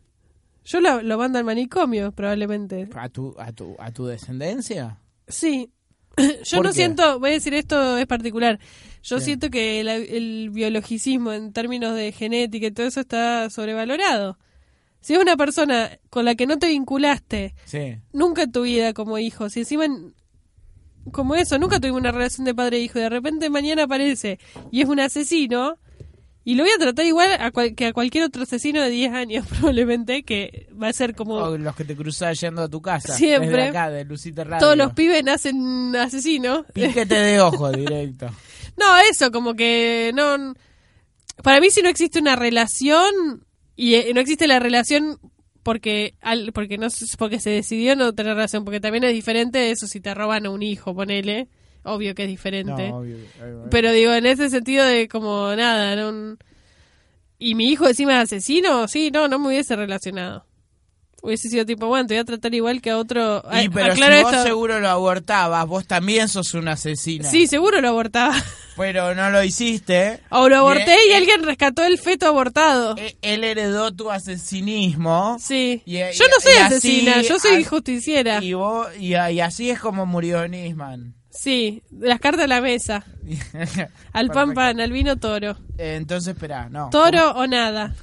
[SPEAKER 1] Yo lo, lo mando al manicomio, probablemente.
[SPEAKER 2] ¿A tu, a, tu, ¿A tu descendencia?
[SPEAKER 1] Sí. *clears throat* Yo
[SPEAKER 2] ¿Por
[SPEAKER 1] no
[SPEAKER 2] qué?
[SPEAKER 1] siento, voy a decir esto es particular. Yo
[SPEAKER 2] Sí.
[SPEAKER 1] siento que el, el biologicismo en términos de genética y todo eso está sobrevalorado. Si es una persona con la que no te vinculaste
[SPEAKER 2] Sí.
[SPEAKER 1] nunca en tu vida como hijo, si encima en- como eso, nunca tuvimos una relación de padre e hijo y de repente mañana aparece y es un asesino y lo voy a tratar igual a cual- que a cualquier otro asesino de 10 años *laughs* probablemente que va a ser como
[SPEAKER 2] O los que te cruzás yendo a tu casa.
[SPEAKER 1] Siempre.
[SPEAKER 2] Desde acá, de Lucita Radio.
[SPEAKER 1] todos los pibes nacen asesinos.
[SPEAKER 2] Piquete de
[SPEAKER 1] *laughs*
[SPEAKER 2] ojo directo.
[SPEAKER 1] No, eso, como que no. Para mí, si no existe una relación y eh, no existe la relación porque al, porque no s- porque se decidió no tener relación, porque también es diferente eso si te roban a un hijo, ponele. Obvio que es diferente.
[SPEAKER 2] No, obvio. Ahí va.
[SPEAKER 1] Pero digo, en ese sentido de como nada, no. ¿Y mi hijo encima es asesino? Sí, no, no me hubiese relacionado. Hubiese sido tipo, bueno, te voy a tratar igual que a otro.
[SPEAKER 2] Y
[SPEAKER 1] Ay,
[SPEAKER 2] pero
[SPEAKER 1] aclaro
[SPEAKER 2] si vos
[SPEAKER 1] esto.
[SPEAKER 2] seguro lo abortabas, vos también sos un asesino.
[SPEAKER 1] Sí, seguro lo abortaba.
[SPEAKER 2] Pero no lo hiciste.
[SPEAKER 1] O lo aborté
[SPEAKER 2] Bien.
[SPEAKER 1] y alguien rescató el feto abortado.
[SPEAKER 2] E- Él heredó tu asesinismo.
[SPEAKER 1] Sí.
[SPEAKER 2] Y- y-
[SPEAKER 1] yo no soy
[SPEAKER 2] y así-
[SPEAKER 1] asesina, yo soy
[SPEAKER 2] as-
[SPEAKER 1] justiciera.
[SPEAKER 2] Y, vos, y, y así es como murió Nisman.
[SPEAKER 1] Sí, de las cartas a la mesa. *laughs* Al pan pan, al vino toro.
[SPEAKER 2] Entonces, espera, no. Uh,
[SPEAKER 1] Toro o nada.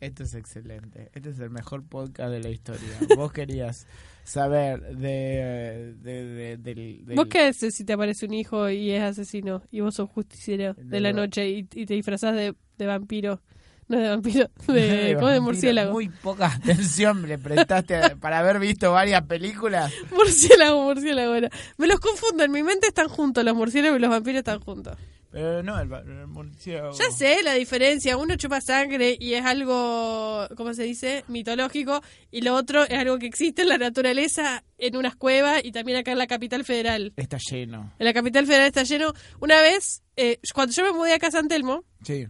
[SPEAKER 2] Esto es excelente. Este es el mejor podcast de la historia. Vos querías saber de, de, de- del- del-
[SPEAKER 1] ¿Vos qué haces si te aparece un hijo y es asesino? Y vos sos justiciero de la
[SPEAKER 2] Del-
[SPEAKER 1] noche y, y te disfrazás de, de vampiro. No de vampiro, *laughs* de,
[SPEAKER 2] *laughs* de-
[SPEAKER 1] ¿cómo de
[SPEAKER 2] mira,
[SPEAKER 1] murciélago.
[SPEAKER 2] Muy poca atención le prestaste a- para haber visto varias películas.
[SPEAKER 1] *laughs* Murciélago, murciélago. era. Me los confundo, en mi mente están juntos, los murciélagos y los vampiros están juntos.
[SPEAKER 2] Pero Eh, no, el, va- el murciélago.
[SPEAKER 1] Ya sé la diferencia. Uno chupa sangre y es algo, ¿cómo se dice? Mitológico. Y lo otro es algo que existe en la naturaleza, en unas cuevas y también acá en la capital federal.
[SPEAKER 2] Está lleno.
[SPEAKER 1] En la capital federal está lleno. Una vez, eh, cuando yo me mudé acá a San Telmo,
[SPEAKER 2] Sí.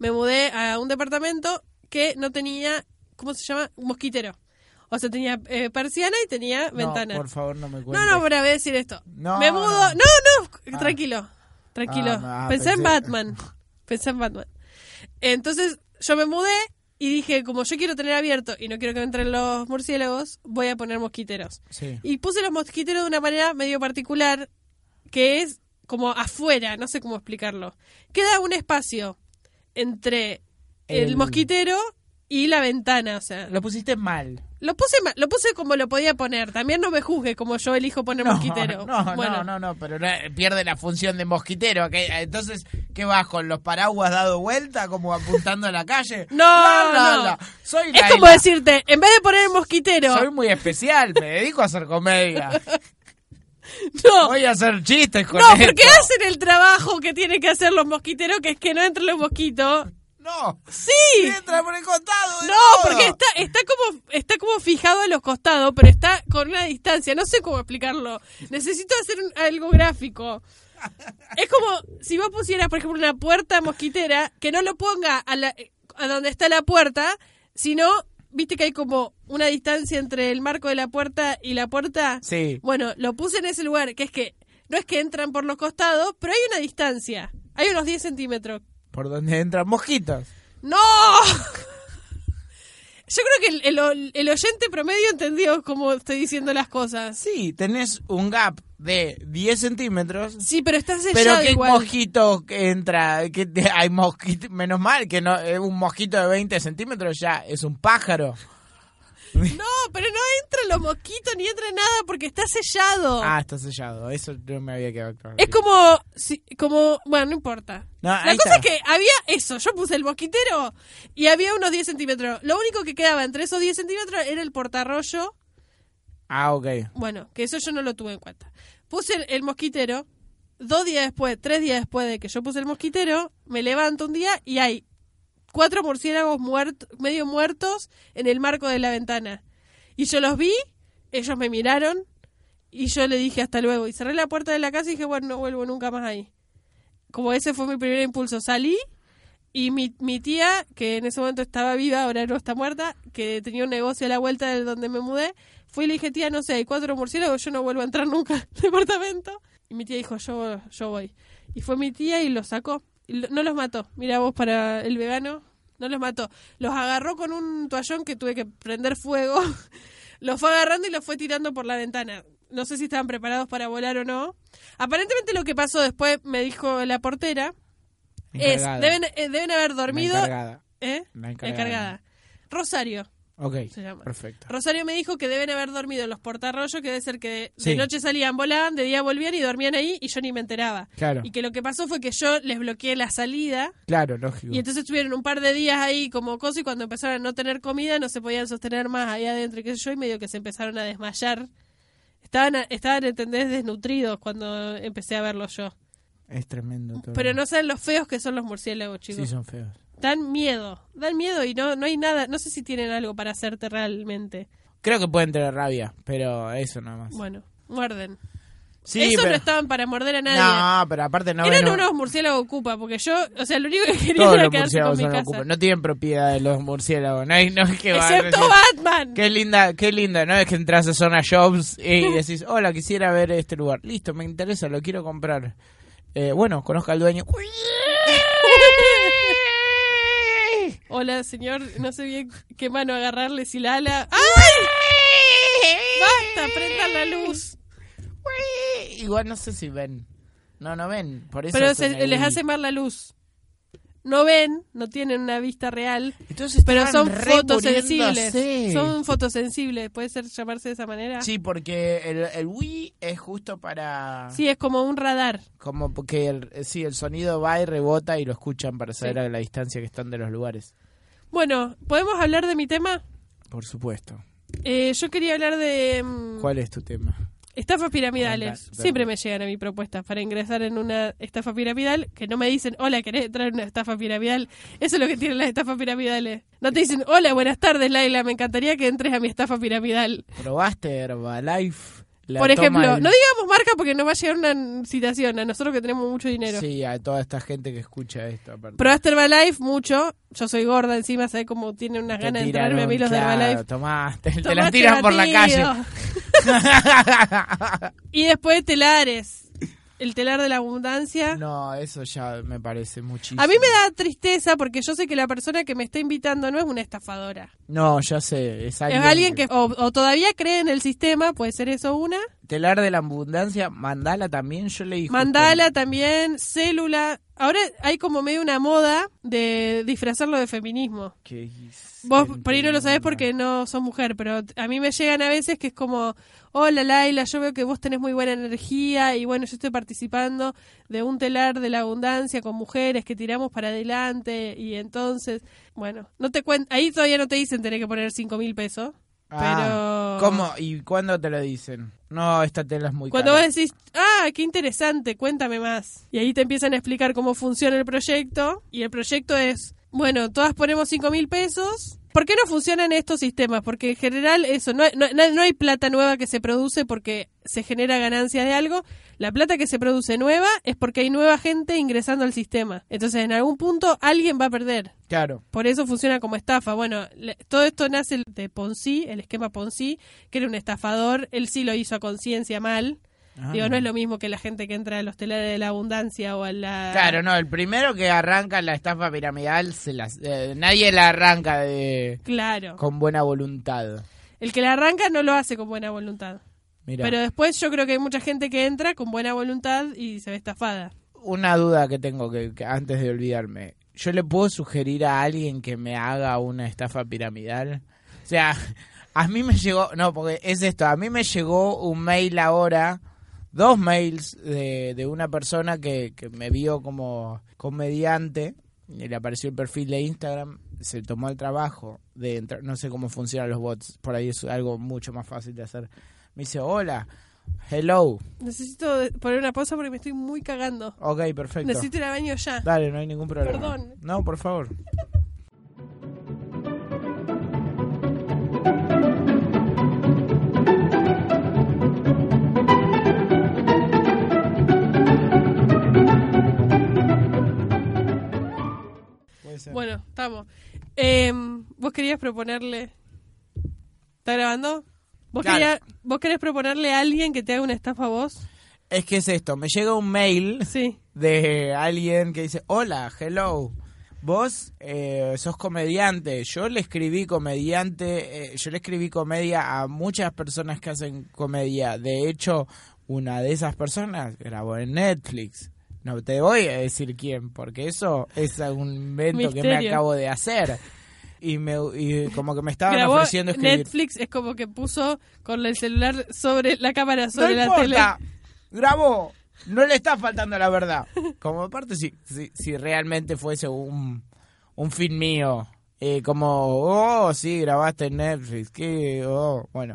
[SPEAKER 1] me mudé a un departamento que no tenía, ¿cómo se llama? Un mosquitero. O sea, tenía eh, persiana y tenía ventana.
[SPEAKER 2] No, por favor, no me cuentes.
[SPEAKER 1] No, no, pero voy a decir esto.
[SPEAKER 2] No,
[SPEAKER 1] me mudo.
[SPEAKER 2] no.
[SPEAKER 1] No, no,
[SPEAKER 2] Ah.
[SPEAKER 1] tranquilo. Tranquilo.
[SPEAKER 2] Ah, ah,
[SPEAKER 1] pensé, en
[SPEAKER 2] *laughs* pensé-
[SPEAKER 1] Batman. Pensé en Batman. Entonces, yo me mudé y Y dije, como yo quiero tener abierto y no quiero que entren los murciélagos, voy a poner mosquiteros.
[SPEAKER 2] Sí.
[SPEAKER 1] Y puse los mosquiteros de una manera medio particular, que es como afuera, no sé cómo explicarlo. Queda un espacio entre el,
[SPEAKER 2] El-
[SPEAKER 1] mosquitero y la ventana, o sea.
[SPEAKER 2] Lo pusiste mal.
[SPEAKER 1] Lo puse, ma- lo puse como lo podía poner. También no me juzgue como yo elijo poner mosquitero.
[SPEAKER 2] *laughs* No,
[SPEAKER 1] Bueno.
[SPEAKER 2] no, no, no, pero no, eh, pierde la función de mosquitero. que, eh, Entonces, ¿qué vas con los paraguas dado vuelta como apuntando a la calle?
[SPEAKER 1] No, *laughs* no.
[SPEAKER 2] Soy
[SPEAKER 1] Es
[SPEAKER 2] Laila.
[SPEAKER 1] como decirte, en vez de poner el mosquitero,
[SPEAKER 2] Soy muy especial, me dedico a hacer comedia.
[SPEAKER 1] *laughs* no,
[SPEAKER 2] Voy a hacer chistes con
[SPEAKER 1] no,
[SPEAKER 2] esto.
[SPEAKER 1] porque hacen el trabajo que tienen que hacer los mosquiteros, que es que no entren los mosquitos.
[SPEAKER 2] No,
[SPEAKER 1] Sí,
[SPEAKER 2] entra por el costado. de
[SPEAKER 1] no,
[SPEAKER 2] todo.
[SPEAKER 1] porque está, está como, está como fijado a los costados, pero está con una distancia. No sé cómo explicarlo. Necesito hacer un- algo gráfico. Es como si vos pusieras, por ejemplo, una puerta mosquitera, que no lo ponga a, la- a donde está la puerta, sino, viste que hay como una distancia entre el marco de la puerta y la puerta.
[SPEAKER 2] Sí.
[SPEAKER 1] Bueno, lo puse en ese lugar, que es que no es que entran por los costados, pero hay una distancia. Hay unos 10 centímetros.
[SPEAKER 2] Por donde entran mosquitos.
[SPEAKER 1] ¡No! *laughs* Yo creo que el, el o- el oyente promedio entendió cómo estoy diciendo las cosas.
[SPEAKER 2] Sí, tenés un gap de 10 centímetros.
[SPEAKER 1] Sí, pero está
[SPEAKER 2] Pero
[SPEAKER 1] sellado
[SPEAKER 2] qué
[SPEAKER 1] igual.
[SPEAKER 2] mosquito que entra, que te- hay mosquito, menos mal que no, eh, un mosquito de 20 centímetros ya es un pájaro.
[SPEAKER 1] No, pero no entran los mosquitos ni entra nada porque está sellado.
[SPEAKER 2] Ah, está sellado, eso no me había quedado claro.
[SPEAKER 1] Oh. Es como, sí, como, bueno, no importa.
[SPEAKER 2] No,
[SPEAKER 1] la
[SPEAKER 2] ahí
[SPEAKER 1] cosa
[SPEAKER 2] está.
[SPEAKER 1] es que había eso, yo puse el mosquitero y había unos 10 centímetros. Lo único que quedaba entre esos 10 centímetros era el portarrollo,
[SPEAKER 2] Ah, ok.
[SPEAKER 1] bueno, que eso yo no lo tuve en cuenta. Puse el, el mosquitero, dos días después, tres días después de que yo puse el mosquitero, me levanto un día y hay cuatro murciélagos muertos, medio muertos en el marco de la ventana. Y yo los vi, ellos me miraron y yo le dije hasta luego. Y cerré la puerta de la casa y dije, bueno, no vuelvo nunca más ahí. Como ese fue mi primer impulso, salí y mi, mi tía, que en ese momento estaba viva, ahora no está muerta, que tenía un negocio a la vuelta de donde me mudé, fui y le dije, tía, no sé, hay cuatro murciélagos, yo no vuelvo a entrar nunca al *laughs* departamento. Y mi tía dijo, yo, yo voy. Y fue mi tía y los sacó. Y lo- No los mató. Mira vos para el vegano, no los mató. Los agarró con un toallón que tuve que prender fuego. *laughs* los fue agarrando y los fue tirando por la ventana. No sé si estaban preparados para volar o no. Aparentemente lo que pasó después, me dijo la portera, es,
[SPEAKER 2] Encargada.
[SPEAKER 1] deben, eh, deben haber dormido.
[SPEAKER 2] La encargada.
[SPEAKER 1] ¿Eh?
[SPEAKER 2] La
[SPEAKER 1] La
[SPEAKER 2] encargada.
[SPEAKER 1] encargada. Rosario.
[SPEAKER 2] Ok,
[SPEAKER 1] Se llama.
[SPEAKER 2] perfecto.
[SPEAKER 1] Rosario me dijo que deben haber dormido en los portarrollos, que debe ser que de,
[SPEAKER 2] Sí.
[SPEAKER 1] noche salían, volaban, de día volvían y dormían ahí y yo ni me enteraba.
[SPEAKER 2] Claro.
[SPEAKER 1] Y que lo que pasó fue que yo les bloqueé la salida
[SPEAKER 2] Claro, lógico.
[SPEAKER 1] y entonces tuvieron un par de días ahí como cosa y cuando empezaron a no tener comida no se podían sostener más ahí adentro y qué sé yo y medio que se empezaron a desmayar. Estaban, a- estaban ¿entendés? Desnutridos cuando empecé a verlos yo.
[SPEAKER 2] Es tremendo todo.
[SPEAKER 1] Pero no saben los feos que son los murciélagos, chicos.
[SPEAKER 2] Sí, son feos.
[SPEAKER 1] dan miedo, dan miedo y no, no hay nada, no sé si tienen algo para hacerte realmente.
[SPEAKER 2] Creo que pueden tener rabia, pero eso nada más.
[SPEAKER 1] Bueno, muerden.
[SPEAKER 2] sí,
[SPEAKER 1] Esos
[SPEAKER 2] pero...
[SPEAKER 1] no estaban para morder a nadie.
[SPEAKER 2] No, pero aparte no
[SPEAKER 1] Eran
[SPEAKER 2] ven un-
[SPEAKER 1] unos murciélagos ocupa, porque yo, o sea, lo único que quería
[SPEAKER 2] Todos
[SPEAKER 1] era
[SPEAKER 2] los
[SPEAKER 1] quedarse con
[SPEAKER 2] murciélagos
[SPEAKER 1] mi
[SPEAKER 2] son
[SPEAKER 1] casa.
[SPEAKER 2] ocupas. No tienen propiedad de los murciélagos. No, hay- no es que van a
[SPEAKER 1] Excepto
[SPEAKER 2] decir,
[SPEAKER 1] Batman.
[SPEAKER 2] Qué linda, qué linda, ¿no? Es que entras a Zona Jobs y decís, hola, quisiera ver este lugar. Listo, me interesa, lo quiero comprar. Eh, bueno, conozca al dueño.
[SPEAKER 1] *laughs* Hola, señor, no sé bien qué mano agarrarle si la ala. Ah, ¡Ay! Basta, prendan la luz.
[SPEAKER 2] Igual no sé si ven. No, no ven. Por eso
[SPEAKER 1] Pero
[SPEAKER 2] son
[SPEAKER 1] se, les
[SPEAKER 2] ahí.
[SPEAKER 1] hace mal la luz. No ven, no tienen una vista real.
[SPEAKER 2] Entonces
[SPEAKER 1] Pero
[SPEAKER 2] estaban
[SPEAKER 1] son
[SPEAKER 2] re muriéndose.
[SPEAKER 1] fotosensibles. Son fotosensibles. ¿Puede ser llamarse de esa manera?
[SPEAKER 2] Sí, porque el, el Wii es justo para...
[SPEAKER 1] Sí, es como un radar.
[SPEAKER 2] Como porque el, sí, el sonido va y rebota y lo escuchan para saber
[SPEAKER 1] Sí.
[SPEAKER 2] a la distancia que están de los lugares.
[SPEAKER 1] Bueno, ¿podemos hablar de mi tema?
[SPEAKER 2] Por supuesto.
[SPEAKER 1] Eh, yo quería hablar de mm,
[SPEAKER 2] ¿Cuál Ah, es tu tema?
[SPEAKER 1] estafas piramidales.
[SPEAKER 2] Cuenta, dale.
[SPEAKER 1] Siempre me llegan a mi propuesta para ingresar en una estafa piramidal, que no me dicen, hola, ¿querés entrar en una estafa piramidal? Eso es lo que tienen las estafas piramidales. No te dicen, hola, buenas tardes, Laila, me encantaría que entres a mi estafa piramidal.
[SPEAKER 2] ¿Probaste Herbalife? La
[SPEAKER 1] Por
[SPEAKER 2] toma
[SPEAKER 1] ejemplo,
[SPEAKER 2] del-
[SPEAKER 1] no digamos marca porque nos va a llegar una citación a nosotros que tenemos mucho dinero.
[SPEAKER 2] Sí, a toda esta gente que escucha esto. Aparte.
[SPEAKER 1] Probaste Herbalife mucho. Yo soy gorda encima, ¿sabes cómo tienen unas
[SPEAKER 2] Te
[SPEAKER 1] ganas de
[SPEAKER 2] tiraron,
[SPEAKER 1] entrarme a mí los
[SPEAKER 2] claro,
[SPEAKER 1] de Herbalife?
[SPEAKER 2] Tomaste, *laughs* te la
[SPEAKER 1] Tomaste
[SPEAKER 2] tiran por la
[SPEAKER 1] batido.
[SPEAKER 2] calle. *laughs*
[SPEAKER 1] Y después telares. el telar de la abundancia.
[SPEAKER 2] No, eso ya me parece muchísimo.
[SPEAKER 1] A mí me da tristeza porque yo sé que la persona que me está invitando no es una estafadora.
[SPEAKER 2] No, ya sé. Es alguien,
[SPEAKER 1] es alguien que o, o todavía cree en el sistema, puede ser eso una.
[SPEAKER 2] Telar de la abundancia, mandala también, yo leí. justo.
[SPEAKER 1] Mandala también, célula. Ahora hay como medio una moda de disfrazarlo de feminismo.
[SPEAKER 2] Que-
[SPEAKER 1] Vos por ahí no lo sabés porque no sos mujer, pero a mí me llegan a veces que es como, hola Laila, yo veo que vos tenés muy buena energía y bueno, yo estoy participando de un telar de la abundancia con mujeres que tiramos para adelante y entonces, bueno, no te cuen- ahí todavía no te dicen tener que poner cinco mil pesos,
[SPEAKER 2] Ah,
[SPEAKER 1] pero...
[SPEAKER 2] ¿Cómo? ¿Y cuándo te lo dicen? No, esta tela es muy
[SPEAKER 1] Cuando
[SPEAKER 2] cara.
[SPEAKER 1] vos decís, ah, qué interesante, cuéntame más. Y ahí te empiezan a explicar cómo funciona el proyecto. Y el proyecto es, bueno, todas ponemos cinco mil pesos. ¿Por qué no funcionan estos sistemas? Porque en general eso, no, no- no- no hay plata nueva que se produce porque se genera ganancia de algo. La plata que se produce nueva es porque hay nueva gente ingresando al sistema. Entonces en algún punto alguien va a perder.
[SPEAKER 2] Claro.
[SPEAKER 1] Por eso funciona como estafa. Bueno, le- todo esto nace de Ponzi, el esquema Ponzi, que era un estafador. Él sí lo hizo a conciencia mal.
[SPEAKER 2] Ah.
[SPEAKER 1] Digo, no es lo mismo que la gente que entra a los telares de la abundancia o a la...
[SPEAKER 2] Claro, no, el primero que arranca la estafa piramidal, se las, eh, nadie la arranca de,
[SPEAKER 1] Claro.
[SPEAKER 2] con buena voluntad.
[SPEAKER 1] El que la arranca no lo hace con buena voluntad.
[SPEAKER 2] Mira,
[SPEAKER 1] Pero después yo creo que hay mucha gente que entra con buena voluntad y se ve estafada.
[SPEAKER 2] una duda que tengo que, que antes de olvidarme. ¿Yo le puedo sugerir a alguien que me haga una estafa piramidal? O sea, *laughs* a mí me llegó, no, porque es esto, a mí me llegó un mail ahora, dos mails de, de una persona que, que me vio como comediante, y le apareció el perfil de Instagram, se tomó el trabajo de entrar, no sé cómo funcionan los bots, por ahí es algo mucho más fácil de hacer. Me dice, hola, hello,
[SPEAKER 1] Necesito de- poner una pausa porque me estoy muy cagando.
[SPEAKER 2] ok, perfecto.
[SPEAKER 1] Necesito ir al baño ya.
[SPEAKER 2] Dale, no hay ningún problema.
[SPEAKER 1] Perdón.
[SPEAKER 2] No, por favor.
[SPEAKER 1] Bueno, estamos. Em, vos querías proponerle... ¿Está grabando? ¿Vos,
[SPEAKER 2] Claro.
[SPEAKER 1] querías- ¿Vos querés proponerle a alguien que te haga una estafa a
[SPEAKER 2] *laughs*
[SPEAKER 1] vos?
[SPEAKER 2] Es que es esto, me llega un mail
[SPEAKER 1] Sí.
[SPEAKER 2] de alguien que dice, hola, hello, vos eh, sos comediante, yo le escribí comediante, eh, yo le escribí comedia a muchas personas que hacen comedia, de hecho, una de esas personas grabó en Netflix. No te voy a decir quién, porque eso es un invento que me
[SPEAKER 1] Misterio.
[SPEAKER 2] acabo de hacer. Y, me, y como que me estaban
[SPEAKER 1] Grabó
[SPEAKER 2] ofreciendo escribir.
[SPEAKER 1] Netflix es como que puso con el celular sobre la cámara
[SPEAKER 2] no
[SPEAKER 1] sobre la
[SPEAKER 2] importa, grabó. No le está faltando la verdad. Como aparte, si, si, si realmente fuese un, un film mío, eh, como, oh, sí, grabaste en Netflix, que, oh, bueno.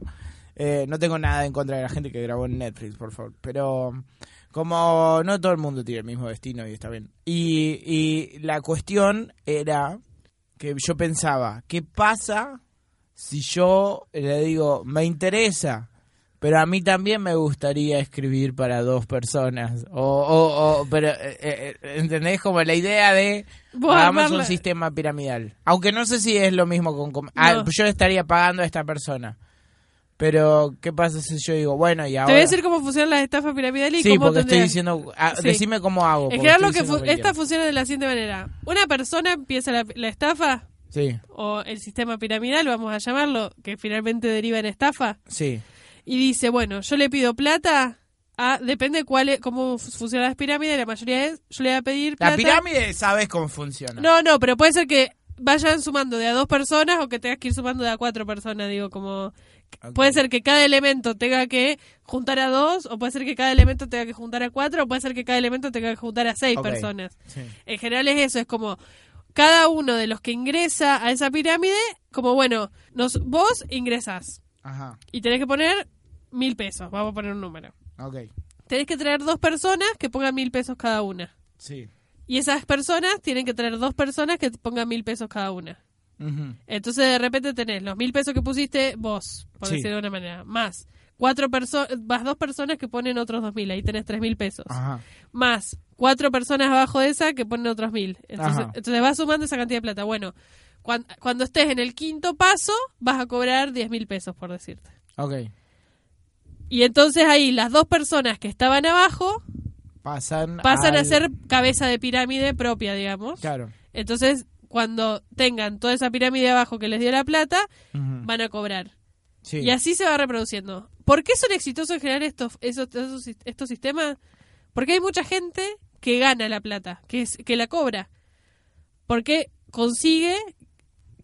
[SPEAKER 2] Eh, no tengo nada en contra de la gente que grabó en Netflix, por favor. Pero como no todo el mundo tiene el mismo destino y está bien. Y, y la cuestión era que yo pensaba, ¿qué pasa si yo le digo, me interesa, pero a mí también me gustaría escribir para dos personas? O, o, o- pero, eh, eh, ¿entendés? Como la idea de,
[SPEAKER 1] Vos
[SPEAKER 2] hagamos un
[SPEAKER 1] armarla.
[SPEAKER 2] sistema piramidal. Aunque no sé si es lo mismo con... com- ah,
[SPEAKER 1] No.
[SPEAKER 2] yo le estaría pagando a esta persona. Pero, ¿qué pasa si yo digo, bueno, y ahora...
[SPEAKER 1] Te voy a decir cómo funcionan las estafas piramidales y
[SPEAKER 2] sí,
[SPEAKER 1] cómo
[SPEAKER 2] porque estoy
[SPEAKER 1] tendrían-
[SPEAKER 2] diciendo... ah,
[SPEAKER 1] Sí.
[SPEAKER 2] Decime cómo hago.
[SPEAKER 1] En
[SPEAKER 2] porque
[SPEAKER 1] general, lo
[SPEAKER 2] estoy
[SPEAKER 1] que fu-
[SPEAKER 2] diciendo
[SPEAKER 1] esta
[SPEAKER 2] cualquiera.
[SPEAKER 1] funciona de la siguiente manera: una persona empieza la, la estafa
[SPEAKER 2] Sí,
[SPEAKER 1] o el sistema piramidal, vamos a llamarlo, que finalmente deriva en estafa,
[SPEAKER 2] sí.
[SPEAKER 1] y dice: Bueno, yo le pido plata. A, depende cuál es, cómo fu- funcionan las pirámides, la mayoría es, yo le voy a pedir plata.
[SPEAKER 2] La pirámide sabes cómo funciona.
[SPEAKER 1] No, no, pero puede ser que vayan sumando de a dos personas o que tengas que ir sumando de a cuatro personas, digo, como...
[SPEAKER 2] Ok.
[SPEAKER 1] Puede ser que cada elemento tenga que juntar a dos, o puede ser que cada elemento tenga que juntar a cuatro, o puede ser que cada elemento tenga que juntar a seis
[SPEAKER 2] Ok.
[SPEAKER 1] personas.
[SPEAKER 2] Sí.
[SPEAKER 1] En general es eso, es como cada uno de los que ingresa a esa pirámide, como bueno, nos, vos ingresás
[SPEAKER 2] Ajá,
[SPEAKER 1] y tenés que poner mil pesos, vamos a poner un número.
[SPEAKER 2] ok.
[SPEAKER 1] Tenés que traer dos personas que pongan mil pesos cada una.
[SPEAKER 2] Sí.
[SPEAKER 1] Y esas personas tienen que traer dos personas que pongan mil pesos cada una.
[SPEAKER 2] Ujú.
[SPEAKER 1] Entonces de repente tenés los mil pesos que pusiste vos, por
[SPEAKER 2] Sí.
[SPEAKER 1] decirlo de una manera, más cuatro personas, más dos personas que ponen otros dos mil, ahí tenés tres mil pesos,
[SPEAKER 2] Ajá.
[SPEAKER 1] más cuatro personas abajo de esa que ponen otros mil. Entonces,
[SPEAKER 2] Ajá.
[SPEAKER 1] entonces vas sumando esa cantidad de plata. Bueno, cuan- cuando estés en el quinto paso, vas a cobrar diez mil pesos, por decirte.
[SPEAKER 2] Ok.
[SPEAKER 1] Y entonces ahí las dos personas que estaban abajo
[SPEAKER 2] pasan,
[SPEAKER 1] Pasan a
[SPEAKER 2] al-
[SPEAKER 1] ser cabeza de pirámide propia, digamos.
[SPEAKER 2] Claro.
[SPEAKER 1] Entonces, cuando tengan toda esa pirámide abajo que les dio la plata,
[SPEAKER 2] Ujú.
[SPEAKER 1] van a cobrar.
[SPEAKER 2] Sí.
[SPEAKER 1] Y así se va reproduciendo. ¿Por qué son exitosos en general estos, esos, esos- estos sistemas? Porque hay mucha gente que gana la plata, que, es, que la cobra. Porque consigue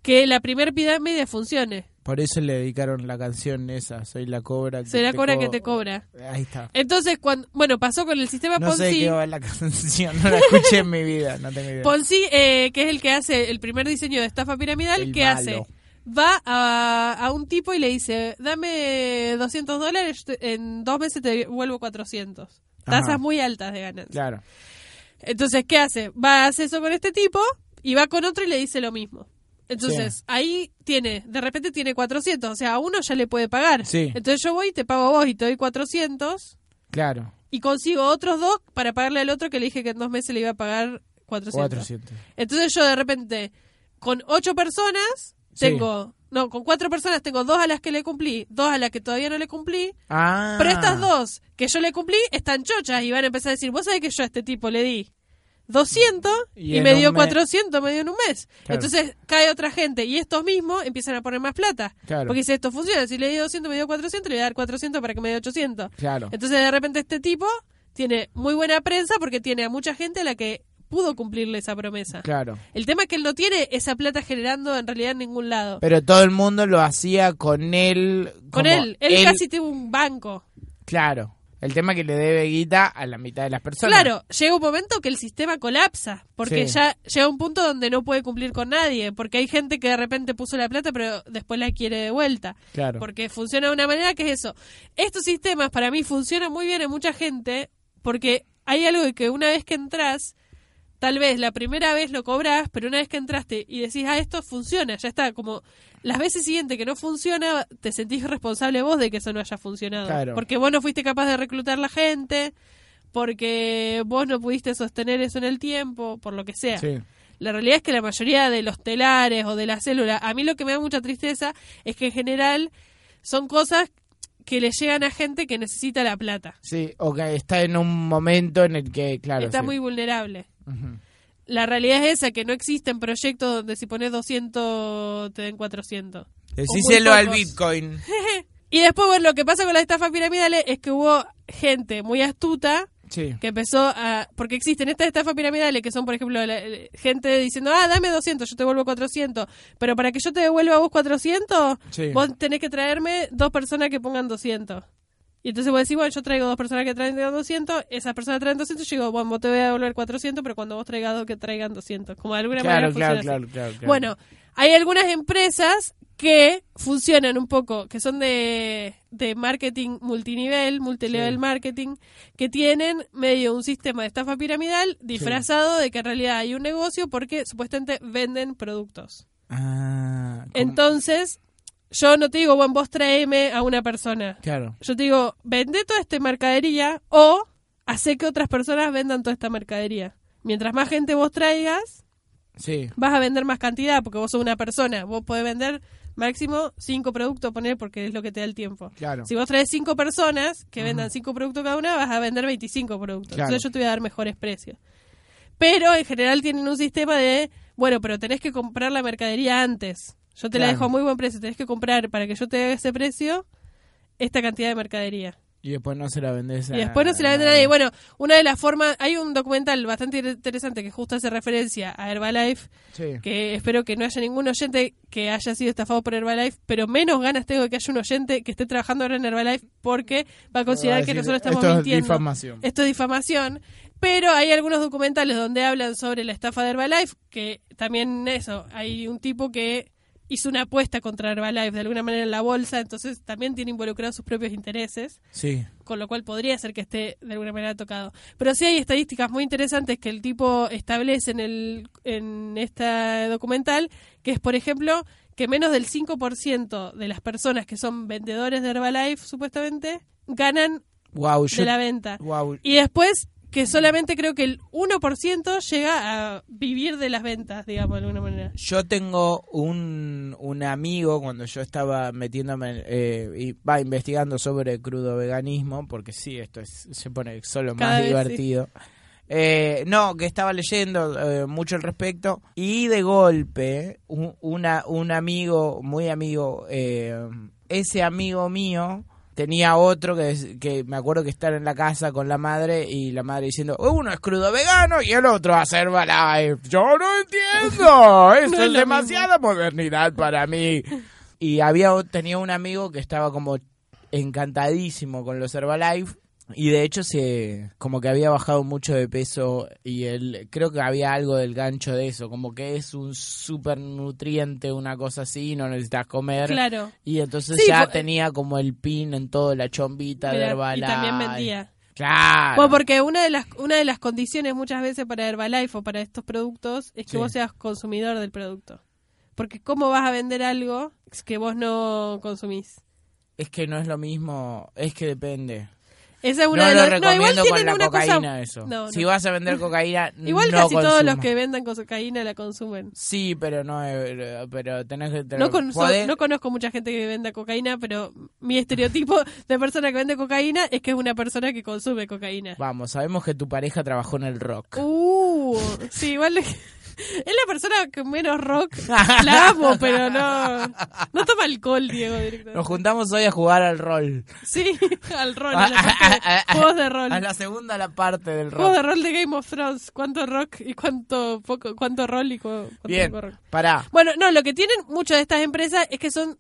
[SPEAKER 1] que la primer pirámide funcione.
[SPEAKER 2] Por eso le dedicaron la canción esa, Soy la cobra. que
[SPEAKER 1] Se la
[SPEAKER 2] te
[SPEAKER 1] cobra
[SPEAKER 2] co-
[SPEAKER 1] que te cobra.
[SPEAKER 2] Ahí está.
[SPEAKER 1] Entonces, cuando, bueno, pasó con el sistema
[SPEAKER 2] No
[SPEAKER 1] Ponzi.
[SPEAKER 2] sé de qué va la *laughs* canción,
[SPEAKER 1] *laughs*
[SPEAKER 2] no la escuché en mi vida, no tengo idea.
[SPEAKER 1] Ponzi, eh, que es el que hace el primer diseño de estafa piramidal,
[SPEAKER 2] El
[SPEAKER 1] ¿qué
[SPEAKER 2] malo.
[SPEAKER 1] hace? Va a, a un tipo y le dice, dame 200 dólares, yo te- en dos meses te vuelvo 400.
[SPEAKER 2] Ajá.
[SPEAKER 1] Tasas muy altas de ganancia.
[SPEAKER 2] Claro.
[SPEAKER 1] Entonces, ¿qué hace? Va a hacer eso con este tipo y va con otro y le dice lo mismo. Entonces,
[SPEAKER 2] Sí.
[SPEAKER 1] ahí tiene, de repente tiene 400, o sea, a uno ya le puede pagar.
[SPEAKER 2] Sí.
[SPEAKER 1] Entonces yo voy y te pago a vos y te doy 400
[SPEAKER 2] Claro.
[SPEAKER 1] y consigo otros dos para pagarle al otro que le dije que en dos meses le iba a pagar 400.
[SPEAKER 2] 400.
[SPEAKER 1] Entonces yo de repente, con ocho personas,
[SPEAKER 2] Sí.
[SPEAKER 1] tengo, no, con cuatro personas tengo dos a las que le cumplí, dos a las que todavía no le cumplí,
[SPEAKER 2] Ah.
[SPEAKER 1] pero estas dos que yo le cumplí están chochas y van a empezar a decir, vos sabés que yo a este tipo le di 200
[SPEAKER 2] Y
[SPEAKER 1] y,
[SPEAKER 2] en
[SPEAKER 1] me
[SPEAKER 2] un
[SPEAKER 1] dio
[SPEAKER 2] mes-
[SPEAKER 1] 400, me dio en un mes.
[SPEAKER 2] Claro.
[SPEAKER 1] Entonces cae otra gente y estos mismos empiezan a poner más plata.
[SPEAKER 2] Claro.
[SPEAKER 1] Porque si esto funciona, si le di 200, me dio 400, le voy a dar 400 para que me dé 800.
[SPEAKER 2] Claro.
[SPEAKER 1] Entonces de repente este tipo tiene muy buena prensa porque tiene a mucha gente a la que pudo cumplirle esa promesa.
[SPEAKER 2] Claro.
[SPEAKER 1] El tema es que él no tiene esa plata generando en realidad en ningún lado.
[SPEAKER 2] Pero todo el mundo lo hacía con él.
[SPEAKER 1] Con
[SPEAKER 2] como
[SPEAKER 1] él, él, casi tuvo un banco.
[SPEAKER 2] Claro. El tema es que le debe guita a la mitad de las personas.
[SPEAKER 1] Claro, llega un momento que el sistema colapsa, porque
[SPEAKER 2] Sí.
[SPEAKER 1] ya llega un punto donde no puede cumplir con nadie, porque hay gente que de repente puso la plata pero después la quiere de vuelta.
[SPEAKER 2] Claro.
[SPEAKER 1] Porque funciona de una manera que es eso. Estos sistemas para mí funcionan muy bien en mucha gente porque hay algo de que una vez que entras, tal vez la primera vez lo cobras, pero una vez que entraste y decís, ah, esto funciona, ya está. Como las veces siguientes que no funciona, te sentís responsable vos de que eso no haya funcionado.
[SPEAKER 2] Claro.
[SPEAKER 1] Porque vos no fuiste capaz de reclutar la gente, porque vos no pudiste sostener eso en el tiempo, por lo que sea.
[SPEAKER 2] Sí.
[SPEAKER 1] La realidad es que la mayoría de los telares o de las células, a mí lo que me da mucha tristeza es que en general son cosas que le llegan a gente que necesita la plata.
[SPEAKER 2] Sí, o que está en un momento en el que, claro.
[SPEAKER 1] Está
[SPEAKER 2] sí.
[SPEAKER 1] muy vulnerable.
[SPEAKER 2] Ujú.
[SPEAKER 1] La realidad es esa, que no existen proyectos donde si pones 200 te den 400.
[SPEAKER 2] Decíselo
[SPEAKER 1] muy
[SPEAKER 2] al
[SPEAKER 1] pocos.
[SPEAKER 2] Bitcoin.
[SPEAKER 1] Y después, bueno, lo que pasa con las estafas piramidales es que hubo gente muy astuta
[SPEAKER 2] Sí.
[SPEAKER 1] que empezó a... Porque existen estas estafas piramidales que son, por ejemplo, la- la- gente diciendo, ah, dame 200, yo te devuelvo 400, pero para que yo te devuelva a vos 400,
[SPEAKER 2] Sí.
[SPEAKER 1] vos tenés que traerme dos personas que pongan 200. Y entonces vos decís, bueno, yo traigo dos personas que traen 200, esas personas traen 200, yo digo, bueno, vos te voy a devolver 400, pero cuando vos traigas dos que traigan 200. Como de alguna manera
[SPEAKER 2] Claro,
[SPEAKER 1] funciona
[SPEAKER 2] claro,
[SPEAKER 1] así.
[SPEAKER 2] claro, claro, claro.
[SPEAKER 1] Bueno, hay algunas empresas que funcionan un poco, que son de, de marketing multinivel, multilevel
[SPEAKER 2] Sí.
[SPEAKER 1] marketing, que tienen medio un sistema de estafa piramidal disfrazado de que en realidad hay un negocio porque supuestamente venden productos.
[SPEAKER 2] Ah, ¿cómo?
[SPEAKER 1] Entonces, yo no te digo, bueno, vos traeme a una persona.
[SPEAKER 2] Claro.
[SPEAKER 1] Yo te digo, vende toda esta mercadería o hace que otras personas vendan toda esta mercadería. Mientras más gente vos traigas,
[SPEAKER 2] Sí.
[SPEAKER 1] vas a vender más cantidad porque vos sos una persona. Vos podés vender máximo cinco productos, poner porque es lo que te da el tiempo.
[SPEAKER 2] Claro.
[SPEAKER 1] Si vos traes cinco personas que vendan cinco productos cada una, vas a vender 25 productos.
[SPEAKER 2] Claro.
[SPEAKER 1] Entonces yo te voy a dar mejores precios. Pero en general tienen un sistema de, bueno, pero tenés que comprar la mercadería antes. Yo te la
[SPEAKER 2] Claro.
[SPEAKER 1] dejo a muy buen precio. Tenés que comprar para que yo te dé ese precio esta cantidad de mercadería.
[SPEAKER 2] Y después no se la vendés a
[SPEAKER 1] Y después no se la vende a nadie. Bueno, una de las formas, hay un documental bastante interesante que justo hace referencia a Herbalife,
[SPEAKER 2] Sí.
[SPEAKER 1] que espero que no haya ningún oyente que haya sido estafado por Herbalife, pero menos ganas tengo de que haya un oyente que esté trabajando ahora en Herbalife porque va a considerar
[SPEAKER 2] Va a
[SPEAKER 1] que
[SPEAKER 2] decir,
[SPEAKER 1] nosotros estamos
[SPEAKER 2] Esto
[SPEAKER 1] mintiendo.
[SPEAKER 2] es
[SPEAKER 1] *laughs*
[SPEAKER 2] difamación.
[SPEAKER 1] Esto es difamación. Pero hay algunos documentales donde hablan sobre la estafa de Herbalife, que también eso, hay un tipo que hizo una apuesta contra Herbalife de alguna manera en la bolsa, entonces también tiene involucrados sus propios intereses
[SPEAKER 2] Sí.
[SPEAKER 1] con lo cual podría ser que esté de alguna manera tocado. Pero sí hay estadísticas muy interesantes que el tipo establece en, el, en este documental, que es, por ejemplo, que menos del 5% de las personas que son vendedores de Herbalife, supuestamente, ganan
[SPEAKER 2] Wow, yo...
[SPEAKER 1] de la venta.
[SPEAKER 2] Wow.
[SPEAKER 1] Y después que solamente creo que el 1% llega a vivir de las ventas, digamos, de alguna manera.
[SPEAKER 2] Yo tengo un, un amigo cuando yo estaba metiéndome eh, y va investigando sobre crudo veganismo, porque sí, esto es- se pone solo
[SPEAKER 1] Cada
[SPEAKER 2] más
[SPEAKER 1] vez sí.
[SPEAKER 2] divertido. Eh, no, que estaba leyendo eh, mucho al respecto y de golpe un, una- un amigo, muy amigo, eh, ese amigo mío tenía otro que, es- que me acuerdo que estaba en la casa con la madre y la madre diciendo, uno es crudo vegano y el otro hace Herbalife. Yo no entiendo,
[SPEAKER 1] *laughs* No
[SPEAKER 2] esto
[SPEAKER 1] es
[SPEAKER 2] es
[SPEAKER 1] lo
[SPEAKER 2] demasiada modernidad para mí. Y había o- tenía un amigo que estaba como encantadísimo con los Herbalife y de hecho se como que había bajado mucho de peso y él creo que había algo del gancho de eso, como que es un super nutriente, una cosa así, no necesitas comer.
[SPEAKER 1] Claro.
[SPEAKER 2] Y entonces
[SPEAKER 1] Sí,
[SPEAKER 2] ya
[SPEAKER 1] fue-
[SPEAKER 2] tenía como el pin en todo, la chombita
[SPEAKER 1] Mira,
[SPEAKER 2] de
[SPEAKER 1] y
[SPEAKER 2] Herbalife.
[SPEAKER 1] también vendía.
[SPEAKER 2] Claro.
[SPEAKER 1] Bueno, porque una de las una de las condiciones muchas veces para Herbalife o para estos productos es que
[SPEAKER 2] Sí.
[SPEAKER 1] vos seas consumidor del producto. Porque cómo vas a vender algo que vos no consumís.
[SPEAKER 2] Es que no es lo mismo, es que depende.
[SPEAKER 1] Esa es
[SPEAKER 2] No
[SPEAKER 1] una
[SPEAKER 2] lo
[SPEAKER 1] de las- no, igual
[SPEAKER 2] recomiendo con
[SPEAKER 1] tienen
[SPEAKER 2] la
[SPEAKER 1] una cosa-
[SPEAKER 2] cocaína eso.
[SPEAKER 1] No,
[SPEAKER 2] Si
[SPEAKER 1] no.
[SPEAKER 2] vas
[SPEAKER 1] *laughs*
[SPEAKER 2] a vender cocaína,
[SPEAKER 1] Igual
[SPEAKER 2] no
[SPEAKER 1] casi todos los
[SPEAKER 2] consumas.
[SPEAKER 1] que vendan cocaína la consumen.
[SPEAKER 2] Sí, pero no, eh, pero tenés que... te
[SPEAKER 1] No,
[SPEAKER 2] lo-
[SPEAKER 1] con- so-
[SPEAKER 2] podés-
[SPEAKER 1] no conozco mucha gente que venda cocaína, pero mi estereotipo de persona que vende cocaína es que es una persona que consume cocaína.
[SPEAKER 2] Vamos, sabemos que tu pareja trabajó en el rock.
[SPEAKER 1] Uh, sí, igual *laughs* es la persona con menos rock. La
[SPEAKER 2] *laughs*
[SPEAKER 1] amo, pero no. No toma alcohol, Diego, directamente.
[SPEAKER 2] Nos juntamos hoy a jugar al rol.
[SPEAKER 1] Sí, *laughs* al rol,
[SPEAKER 2] Ah,
[SPEAKER 1] a la parte de- juegos de rol.
[SPEAKER 2] A la segunda la parte del
[SPEAKER 1] Juegos de
[SPEAKER 2] rock.
[SPEAKER 1] rol de Game of Thrones. ¿Cuánto rock y cuánto poco, cuánto rol y cu- cuánto
[SPEAKER 2] Bien,
[SPEAKER 1] poco rock?
[SPEAKER 2] pará.
[SPEAKER 1] Bueno, no, lo que tienen muchas de estas empresas es que son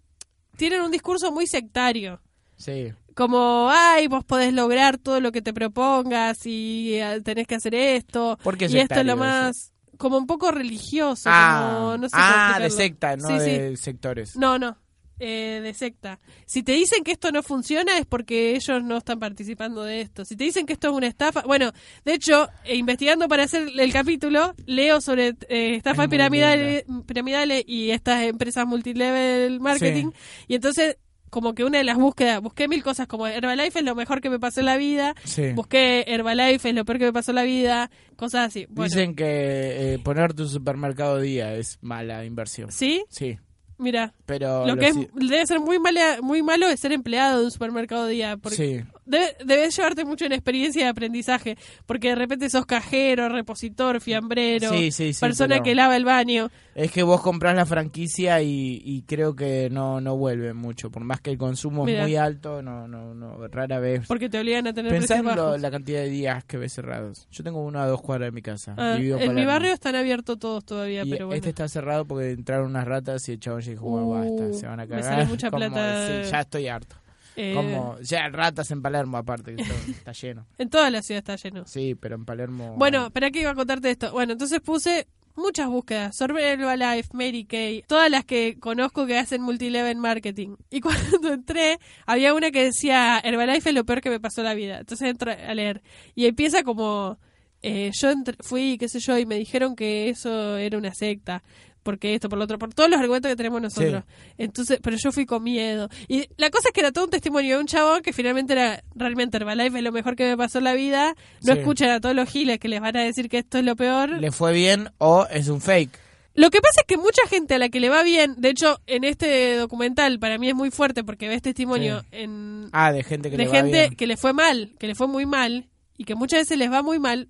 [SPEAKER 1] tienen un discurso muy sectario.
[SPEAKER 2] Sí.
[SPEAKER 1] Como, ay, vos podés lograr todo lo que te propongas y eh, tenés que hacer esto.
[SPEAKER 2] ¿Por qué
[SPEAKER 1] y esto es
[SPEAKER 2] sectario
[SPEAKER 1] lo
[SPEAKER 2] eso?
[SPEAKER 1] más. Como un poco religioso. como, no sé cómo
[SPEAKER 2] ah de
[SPEAKER 1] explicarlo.
[SPEAKER 2] secta, no
[SPEAKER 1] Sí, sí.
[SPEAKER 2] de sectores.
[SPEAKER 1] No, no. eh, de secta. Si te dicen que esto no funciona es porque ellos no están participando de esto. Si te dicen que esto es una estafa. Bueno, de hecho, eh, investigando para hacer el capítulo, leo sobre eh, estafas
[SPEAKER 2] Es muy
[SPEAKER 1] piramidales, piramidales y estas empresas multilevel marketing. Y entonces, como que una de las búsquedas, busqué mil cosas como Herbalife es lo mejor que me pasó en la vida.
[SPEAKER 2] Sí.
[SPEAKER 1] Busqué Herbalife es lo peor que me pasó en la vida. Cosas así. Bueno,
[SPEAKER 2] Dicen que eh, poner tu supermercado día es mala inversión.
[SPEAKER 1] ¿Sí?
[SPEAKER 2] Sí,
[SPEAKER 1] Mira.
[SPEAKER 2] pero...
[SPEAKER 1] Lo que es-
[SPEAKER 2] sí-
[SPEAKER 1] debe ser muy, mala- muy malo es ser empleado de un supermercado día. Porque
[SPEAKER 2] Sí.
[SPEAKER 1] debe- debes llevarte mucho en experiencia y aprendizaje. Porque de repente sos cajero, repositor, fiambrero,
[SPEAKER 2] Sí, sí, sí,
[SPEAKER 1] persona
[SPEAKER 2] pero-
[SPEAKER 1] que lava el baño.
[SPEAKER 2] Es que vos comprás la franquicia y, y creo que no, no vuelve mucho. Por más que el consumo
[SPEAKER 1] Mira.
[SPEAKER 2] es muy alto, no, no, no, rara vez.
[SPEAKER 1] Porque te obligan a tener
[SPEAKER 2] Pensá
[SPEAKER 1] precios
[SPEAKER 2] en lo-
[SPEAKER 1] bajos.
[SPEAKER 2] la cantidad de días que ves cerrados. Yo tengo uno a dos cuadras de mi casa.
[SPEAKER 1] Ah,
[SPEAKER 2] y vivo
[SPEAKER 1] en mi
[SPEAKER 2] Palermo.
[SPEAKER 1] barrio están abiertos todos todavía,
[SPEAKER 2] Y
[SPEAKER 1] pero bueno.
[SPEAKER 2] este está cerrado porque entraron unas ratas y el chabón ya dijo, bueno,
[SPEAKER 1] Uh,
[SPEAKER 2] basta, se van a
[SPEAKER 1] me sale
[SPEAKER 2] cagar.
[SPEAKER 1] mucha
[SPEAKER 2] *laughs* Como,
[SPEAKER 1] plata.
[SPEAKER 2] sí, ya estoy harto.
[SPEAKER 1] Eh,
[SPEAKER 2] Como, ya ratas en Palermo aparte, que todo
[SPEAKER 1] *laughs*
[SPEAKER 2] está lleno.
[SPEAKER 1] En toda la ciudad está lleno.
[SPEAKER 2] Sí, pero en Palermo...
[SPEAKER 1] Bueno, ¿para qué iba a contarte esto? Bueno, entonces puse muchas búsquedas. Sorbelva Life, Mary Kay, todas las que conozco que hacen multilevel marketing. Y *laughs* cuando entré, había una que decía, Herbalife es lo peor que me pasó en la vida. Entonces entro a leer. Y empieza como, eh, yo entr- fui, qué sé yo, y me dijeron que eso era una secta. Porque esto, por lo otro, por todos los argumentos que tenemos nosotros. Entonces, pero yo fui con miedo. Y la cosa es que era todo un testimonio de un chabón que finalmente era realmente Herbalife es lo mejor que me pasó en la vida. No
[SPEAKER 2] Sí.
[SPEAKER 1] escuchan a todos los giles que les van a decir que esto es lo peor.
[SPEAKER 2] ¿Le fue bien o es un fake?
[SPEAKER 1] Lo que pasa es que mucha gente a la que le va bien, de hecho, en este documental para mí es muy fuerte porque ves testimonio
[SPEAKER 2] Sí.
[SPEAKER 1] en,
[SPEAKER 2] Ah, de gente que
[SPEAKER 1] de
[SPEAKER 2] le va
[SPEAKER 1] gente
[SPEAKER 2] bien.
[SPEAKER 1] que le fue mal, que le fue muy mal y que muchas veces les va muy mal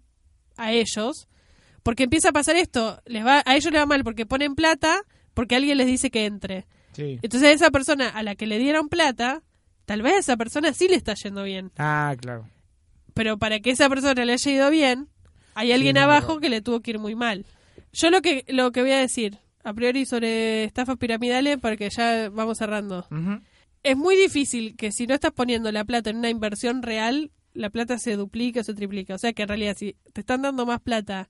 [SPEAKER 1] a ellos, porque empieza a pasar esto, les va a ellos les va mal porque ponen plata, porque alguien les dice que entre.
[SPEAKER 2] Sí.
[SPEAKER 1] Entonces esa persona a la que le dieron plata, tal vez a esa persona sí le está yendo bien,
[SPEAKER 2] Ah, claro.
[SPEAKER 1] pero para que esa persona le haya ido bien, hay alguien
[SPEAKER 2] no,
[SPEAKER 1] abajo
[SPEAKER 2] claro.
[SPEAKER 1] que le tuvo que ir muy mal. Yo lo que lo que voy a decir a priori sobre estafas piramidales porque ya vamos cerrando
[SPEAKER 2] Ujú.
[SPEAKER 1] es muy difícil que si no estás poniendo la plata en una inversión real, la plata se duplique o se triplique. O sea que en realidad si te están dando más plata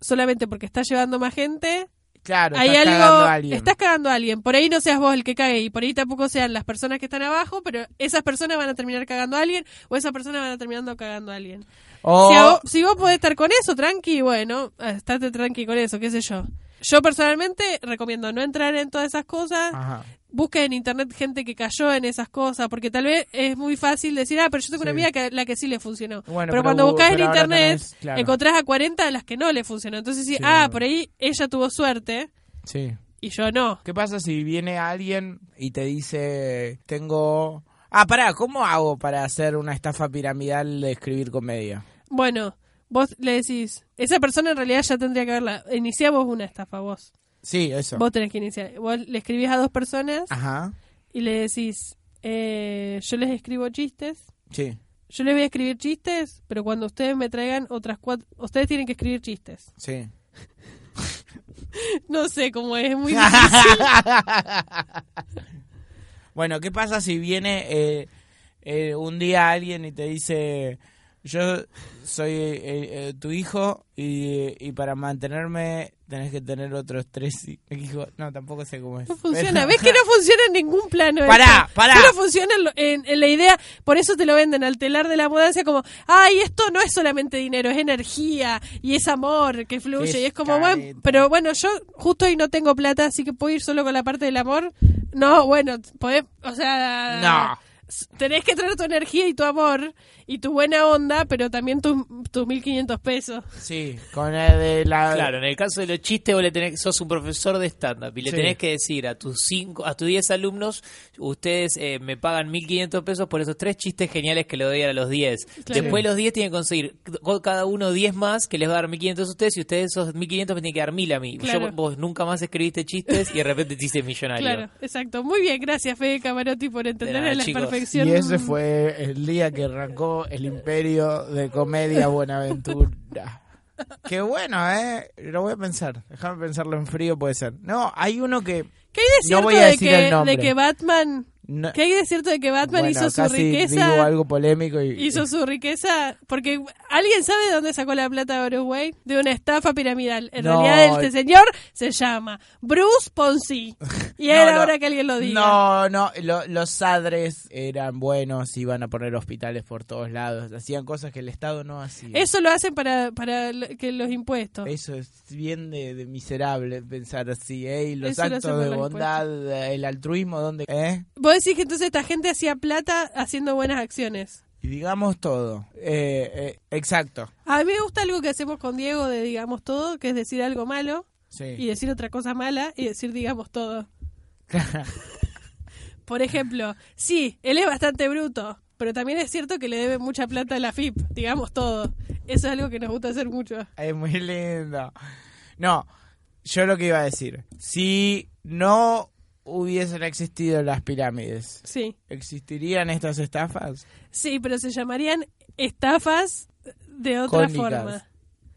[SPEAKER 1] solamente porque estás llevando más gente,
[SPEAKER 2] Claro,
[SPEAKER 1] hay
[SPEAKER 2] estás
[SPEAKER 1] algo...
[SPEAKER 2] cagando a alguien.
[SPEAKER 1] Estás cagando a alguien. Por ahí no seas vos el que cague y por ahí tampoco sean las personas que están abajo, pero esas personas van a terminar cagando a alguien o esas personas van a terminando cagando a alguien.
[SPEAKER 2] O-
[SPEAKER 1] Si, vos, si vos podés estar con eso, tranqui, bueno, estate tranqui con eso, qué sé yo. Yo personalmente recomiendo no entrar en todas esas cosas.
[SPEAKER 2] Ajá.
[SPEAKER 1] Busca en internet gente que cayó en esas cosas, porque tal vez es muy fácil decir, ah, pero yo tengo una
[SPEAKER 2] Sí.
[SPEAKER 1] amiga que la que sí le funcionó. pero,
[SPEAKER 2] Bueno, pero
[SPEAKER 1] cuando
[SPEAKER 2] hubo-
[SPEAKER 1] buscas en
[SPEAKER 2] pero ahora
[SPEAKER 1] internet,
[SPEAKER 2] tenés- claro.
[SPEAKER 1] encontrás a 40 de las que no le funcionó. Entonces, sí,
[SPEAKER 2] Sí,
[SPEAKER 1] ah,
[SPEAKER 2] bueno.
[SPEAKER 1] por ahí ella tuvo suerte
[SPEAKER 2] Sí.
[SPEAKER 1] y yo no.
[SPEAKER 2] ¿Qué pasa si viene alguien y te dice, tengo... Ah, pará, ¿cómo hago para hacer una estafa piramidal de escribir comedia?
[SPEAKER 1] Bueno, vos le decís, esa persona en realidad ya tendría que haberla. Iniciá vos una estafa, vos.
[SPEAKER 2] Sí, eso.
[SPEAKER 1] Vos tenés que iniciar. Vos le escribís a dos personas
[SPEAKER 2] Ajá.
[SPEAKER 1] y le decís, eh, yo les escribo chistes.
[SPEAKER 2] Sí,
[SPEAKER 1] Yo les voy a escribir chistes, pero cuando ustedes me traigan otras cuatro... Ustedes tienen que escribir chistes. *laughs*
[SPEAKER 2] sí.
[SPEAKER 1] No sé cómo es, es
[SPEAKER 2] *laughs*
[SPEAKER 1] muy difícil.
[SPEAKER 2] *laughs* Bueno, ¿qué pasa si viene eh, eh, un día alguien y te dice, yo soy eh, eh, tu hijo y, y para mantenerme tenés que tener otros tres hi- hijos? No, tampoco sé cómo es.
[SPEAKER 1] No funciona.
[SPEAKER 2] Pero-
[SPEAKER 1] ¿Ves que no funciona en ningún plano?
[SPEAKER 2] Pará,
[SPEAKER 1] esto?
[SPEAKER 2] pará.
[SPEAKER 1] Solo funciona en, lo- en- en la idea. Por eso te lo venden al telar de la mudanza como, ay, esto no es solamente dinero, es energía y es amor que fluye.
[SPEAKER 2] Qué
[SPEAKER 1] y es como, bueno,
[SPEAKER 2] careta.
[SPEAKER 1] pero bueno, yo justo hoy no tengo plata, así que puedo ir solo con la parte del amor. No, bueno, podés, o sea...
[SPEAKER 2] *laughs* No.
[SPEAKER 1] s- Tenés que traer tu energía y tu amor y tu buena onda, pero también tus tus 1.500 pesos.
[SPEAKER 2] Sí, con el de la...
[SPEAKER 3] Claro, en el caso de los chistes, vos le tenés, sos un profesor de stand-up y le
[SPEAKER 2] Sí.
[SPEAKER 3] tenés que decir a tus cinco, a tus 10 alumnos, ustedes eh, me pagan 1.500 pesos por esos tres chistes geniales que le doy a los 10.
[SPEAKER 1] Claro.
[SPEAKER 3] Después los 10 tienen que conseguir co- cada uno 10 más que les va a dar 1.500 a ustedes y ustedes esos 1.500 me tienen que dar 1.000 a mí. Yo-
[SPEAKER 1] Claro.
[SPEAKER 3] vos nunca más escribiste chistes y de repente te hiciste millonario.
[SPEAKER 1] Claro, exacto. Muy bien, gracias Fede Camarotti por entender
[SPEAKER 3] nada,
[SPEAKER 1] a la
[SPEAKER 3] chicos.
[SPEAKER 1] perfección.
[SPEAKER 2] Y ese fue el día que arrancó el imperio de comedia Buenaventura. *laughs* Qué bueno, ¿eh? Lo voy a pensar. Déjame pensarlo en frío, puede ser. No, hay uno que...
[SPEAKER 1] ¿Qué hay de
[SPEAKER 2] No
[SPEAKER 1] cierto
[SPEAKER 2] voy a
[SPEAKER 1] de,
[SPEAKER 2] decir el
[SPEAKER 1] que,
[SPEAKER 2] nombre.
[SPEAKER 1] de que Batman,
[SPEAKER 2] no-
[SPEAKER 1] qué hay de cierto de que Batman
[SPEAKER 2] Bueno,
[SPEAKER 1] hizo su
[SPEAKER 2] casi
[SPEAKER 1] riqueza,
[SPEAKER 2] Digo algo polémico y.
[SPEAKER 1] hizo su riqueza, porque alguien sabe de dónde sacó la plata de Uruguay, de una estafa piramidal. En
[SPEAKER 2] No.
[SPEAKER 1] realidad este señor se llama Bruce
[SPEAKER 2] *laughs*
[SPEAKER 1] Ponzi y
[SPEAKER 2] No,
[SPEAKER 1] era
[SPEAKER 2] no.
[SPEAKER 1] hora que alguien lo diga.
[SPEAKER 2] No, no, lo- los adres eran buenos, iban a poner hospitales por todos lados, hacían cosas que el Estado no hacía.
[SPEAKER 1] Eso lo hacen para para lo- que los impuestos.
[SPEAKER 2] Eso es bien de, de miserable pensar así, ¿eh? Y los
[SPEAKER 1] Eso lo hacen
[SPEAKER 2] actos
[SPEAKER 1] por
[SPEAKER 2] de
[SPEAKER 1] los
[SPEAKER 2] bondad, el altruismo, ¿dónde? ¿Eh?
[SPEAKER 1] Vos decís que entonces esta gente hacía plata haciendo buenas acciones.
[SPEAKER 2] Y digamos todo. Eh, eh, exacto.
[SPEAKER 1] A mí me gusta algo que hacemos con Diego de digamos todo, que es decir algo malo y
[SPEAKER 2] Sí. *laughs*
[SPEAKER 1] decir otra cosa mala y decir digamos todo. Por ejemplo, sí, él es bastante bruto, pero también es cierto que le debe mucha plata a la FIP, digamos todo. Eso es algo que nos gusta hacer mucho.
[SPEAKER 2] Es muy lindo. No, yo lo que iba a decir. Si no hubiesen existido las pirámides,
[SPEAKER 1] Sí,
[SPEAKER 2] ¿existirían estas estafas?
[SPEAKER 1] sí, pero se llamarían estafas de otra
[SPEAKER 2] Cónicas.
[SPEAKER 1] forma.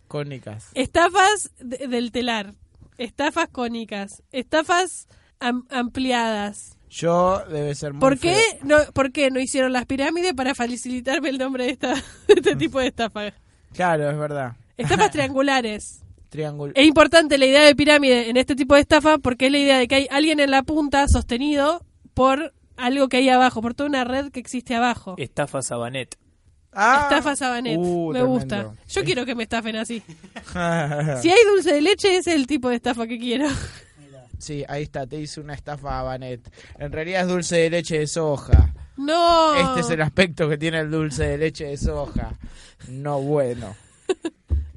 [SPEAKER 2] Cónicas.
[SPEAKER 1] Estafas de- del telar, estafas cónicas, estafas am- ampliadas.
[SPEAKER 2] Yo debe ser muy
[SPEAKER 1] ¿Por qué,
[SPEAKER 2] feo.
[SPEAKER 1] no, ¿Por qué no hicieron las pirámides para facilitarme el nombre de, esta, *laughs* de este tipo de
[SPEAKER 2] *laughs*
[SPEAKER 1] estafas?
[SPEAKER 2] Claro, es verdad.
[SPEAKER 1] Estafas triangulares.
[SPEAKER 2] Triángulo.
[SPEAKER 1] Es importante la idea de pirámide en este tipo de estafa porque es la idea de que hay alguien en la punta sostenido por algo que hay abajo, por toda una red que existe abajo.
[SPEAKER 3] Estafa Sabanet.
[SPEAKER 2] Ah.
[SPEAKER 1] Estafa Sabanet,
[SPEAKER 2] Uh,
[SPEAKER 1] me
[SPEAKER 2] tremendo. Ah.
[SPEAKER 1] gusta. Yo quiero que me estafen así. Si hay dulce de leche, ese es el tipo de estafa que quiero.
[SPEAKER 2] *laughs*
[SPEAKER 1] *laughs*
[SPEAKER 2] Sí, ahí está, te hice una estafa a Banet. En realidad es dulce de leche de soja.
[SPEAKER 1] No.
[SPEAKER 2] Este es el aspecto que tiene el dulce de leche de soja. No bueno.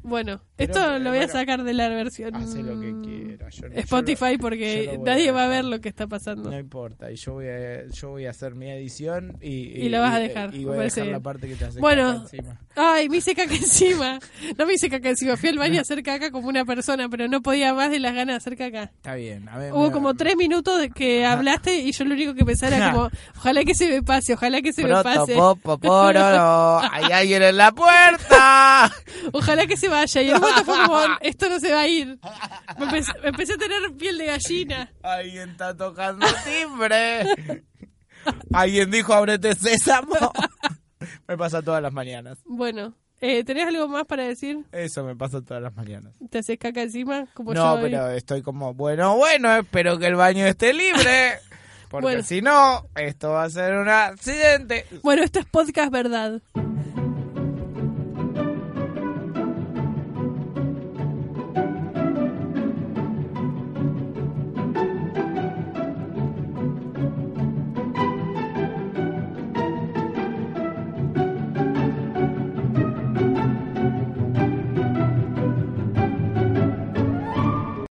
[SPEAKER 1] Bueno,
[SPEAKER 2] Pero,
[SPEAKER 1] esto
[SPEAKER 2] eh,
[SPEAKER 1] lo voy a
[SPEAKER 2] bueno,
[SPEAKER 1] sacar de la versión
[SPEAKER 2] Hace lo que quiera. yo no- yo no-
[SPEAKER 1] Spotify
[SPEAKER 2] yo
[SPEAKER 1] porque
[SPEAKER 2] no voy
[SPEAKER 1] nadie
[SPEAKER 2] a-
[SPEAKER 1] va a ver lo que está pasando.
[SPEAKER 2] No importa, y yo voy a, yo voy a hacer mi edición y, y,
[SPEAKER 1] Y la vas a dejar,
[SPEAKER 2] Y
[SPEAKER 1] me
[SPEAKER 2] voy a
[SPEAKER 1] parece
[SPEAKER 2] dejar la
[SPEAKER 1] bien.
[SPEAKER 2] parte que te hace
[SPEAKER 1] Bueno.
[SPEAKER 2] caca encima.
[SPEAKER 1] Ay, me hice caca encima. No me hice caca encima. Fui al baño a hacer caca como una persona, pero no podía más de las ganas de hacer caca.
[SPEAKER 2] Está bien. A ver,
[SPEAKER 1] Hubo
[SPEAKER 2] me-
[SPEAKER 1] como tres minutos de que hablaste y yo lo único que pensaba era
[SPEAKER 2] *laughs*
[SPEAKER 1] como, ojalá que se me pase, ojalá que se me pase,
[SPEAKER 2] Protopopororo, hay alguien en la puerta.
[SPEAKER 1] ojalá que se vaya. Y el voto fue
[SPEAKER 2] *laughs*
[SPEAKER 1] como, esto no se va a ir. Me empecé, me empecé a tener piel de gallina.
[SPEAKER 2] Alguien está tocando timbre. Alguien dijo ábrete sésamo. *laughs* Me pasa todas las mañanas.
[SPEAKER 1] Bueno, eh, ¿tenés algo más para decir?
[SPEAKER 2] Eso me pasa todas las mañanas.
[SPEAKER 1] ¿Te haces caca encima? Como
[SPEAKER 2] no,
[SPEAKER 1] yo hoy?
[SPEAKER 2] pero estoy como, bueno, bueno, espero que el baño
[SPEAKER 1] *laughs*
[SPEAKER 2] esté libre. Porque
[SPEAKER 1] Bueno.
[SPEAKER 2] si no, esto va a ser un accidente.
[SPEAKER 1] Bueno, esto es podcast verdad.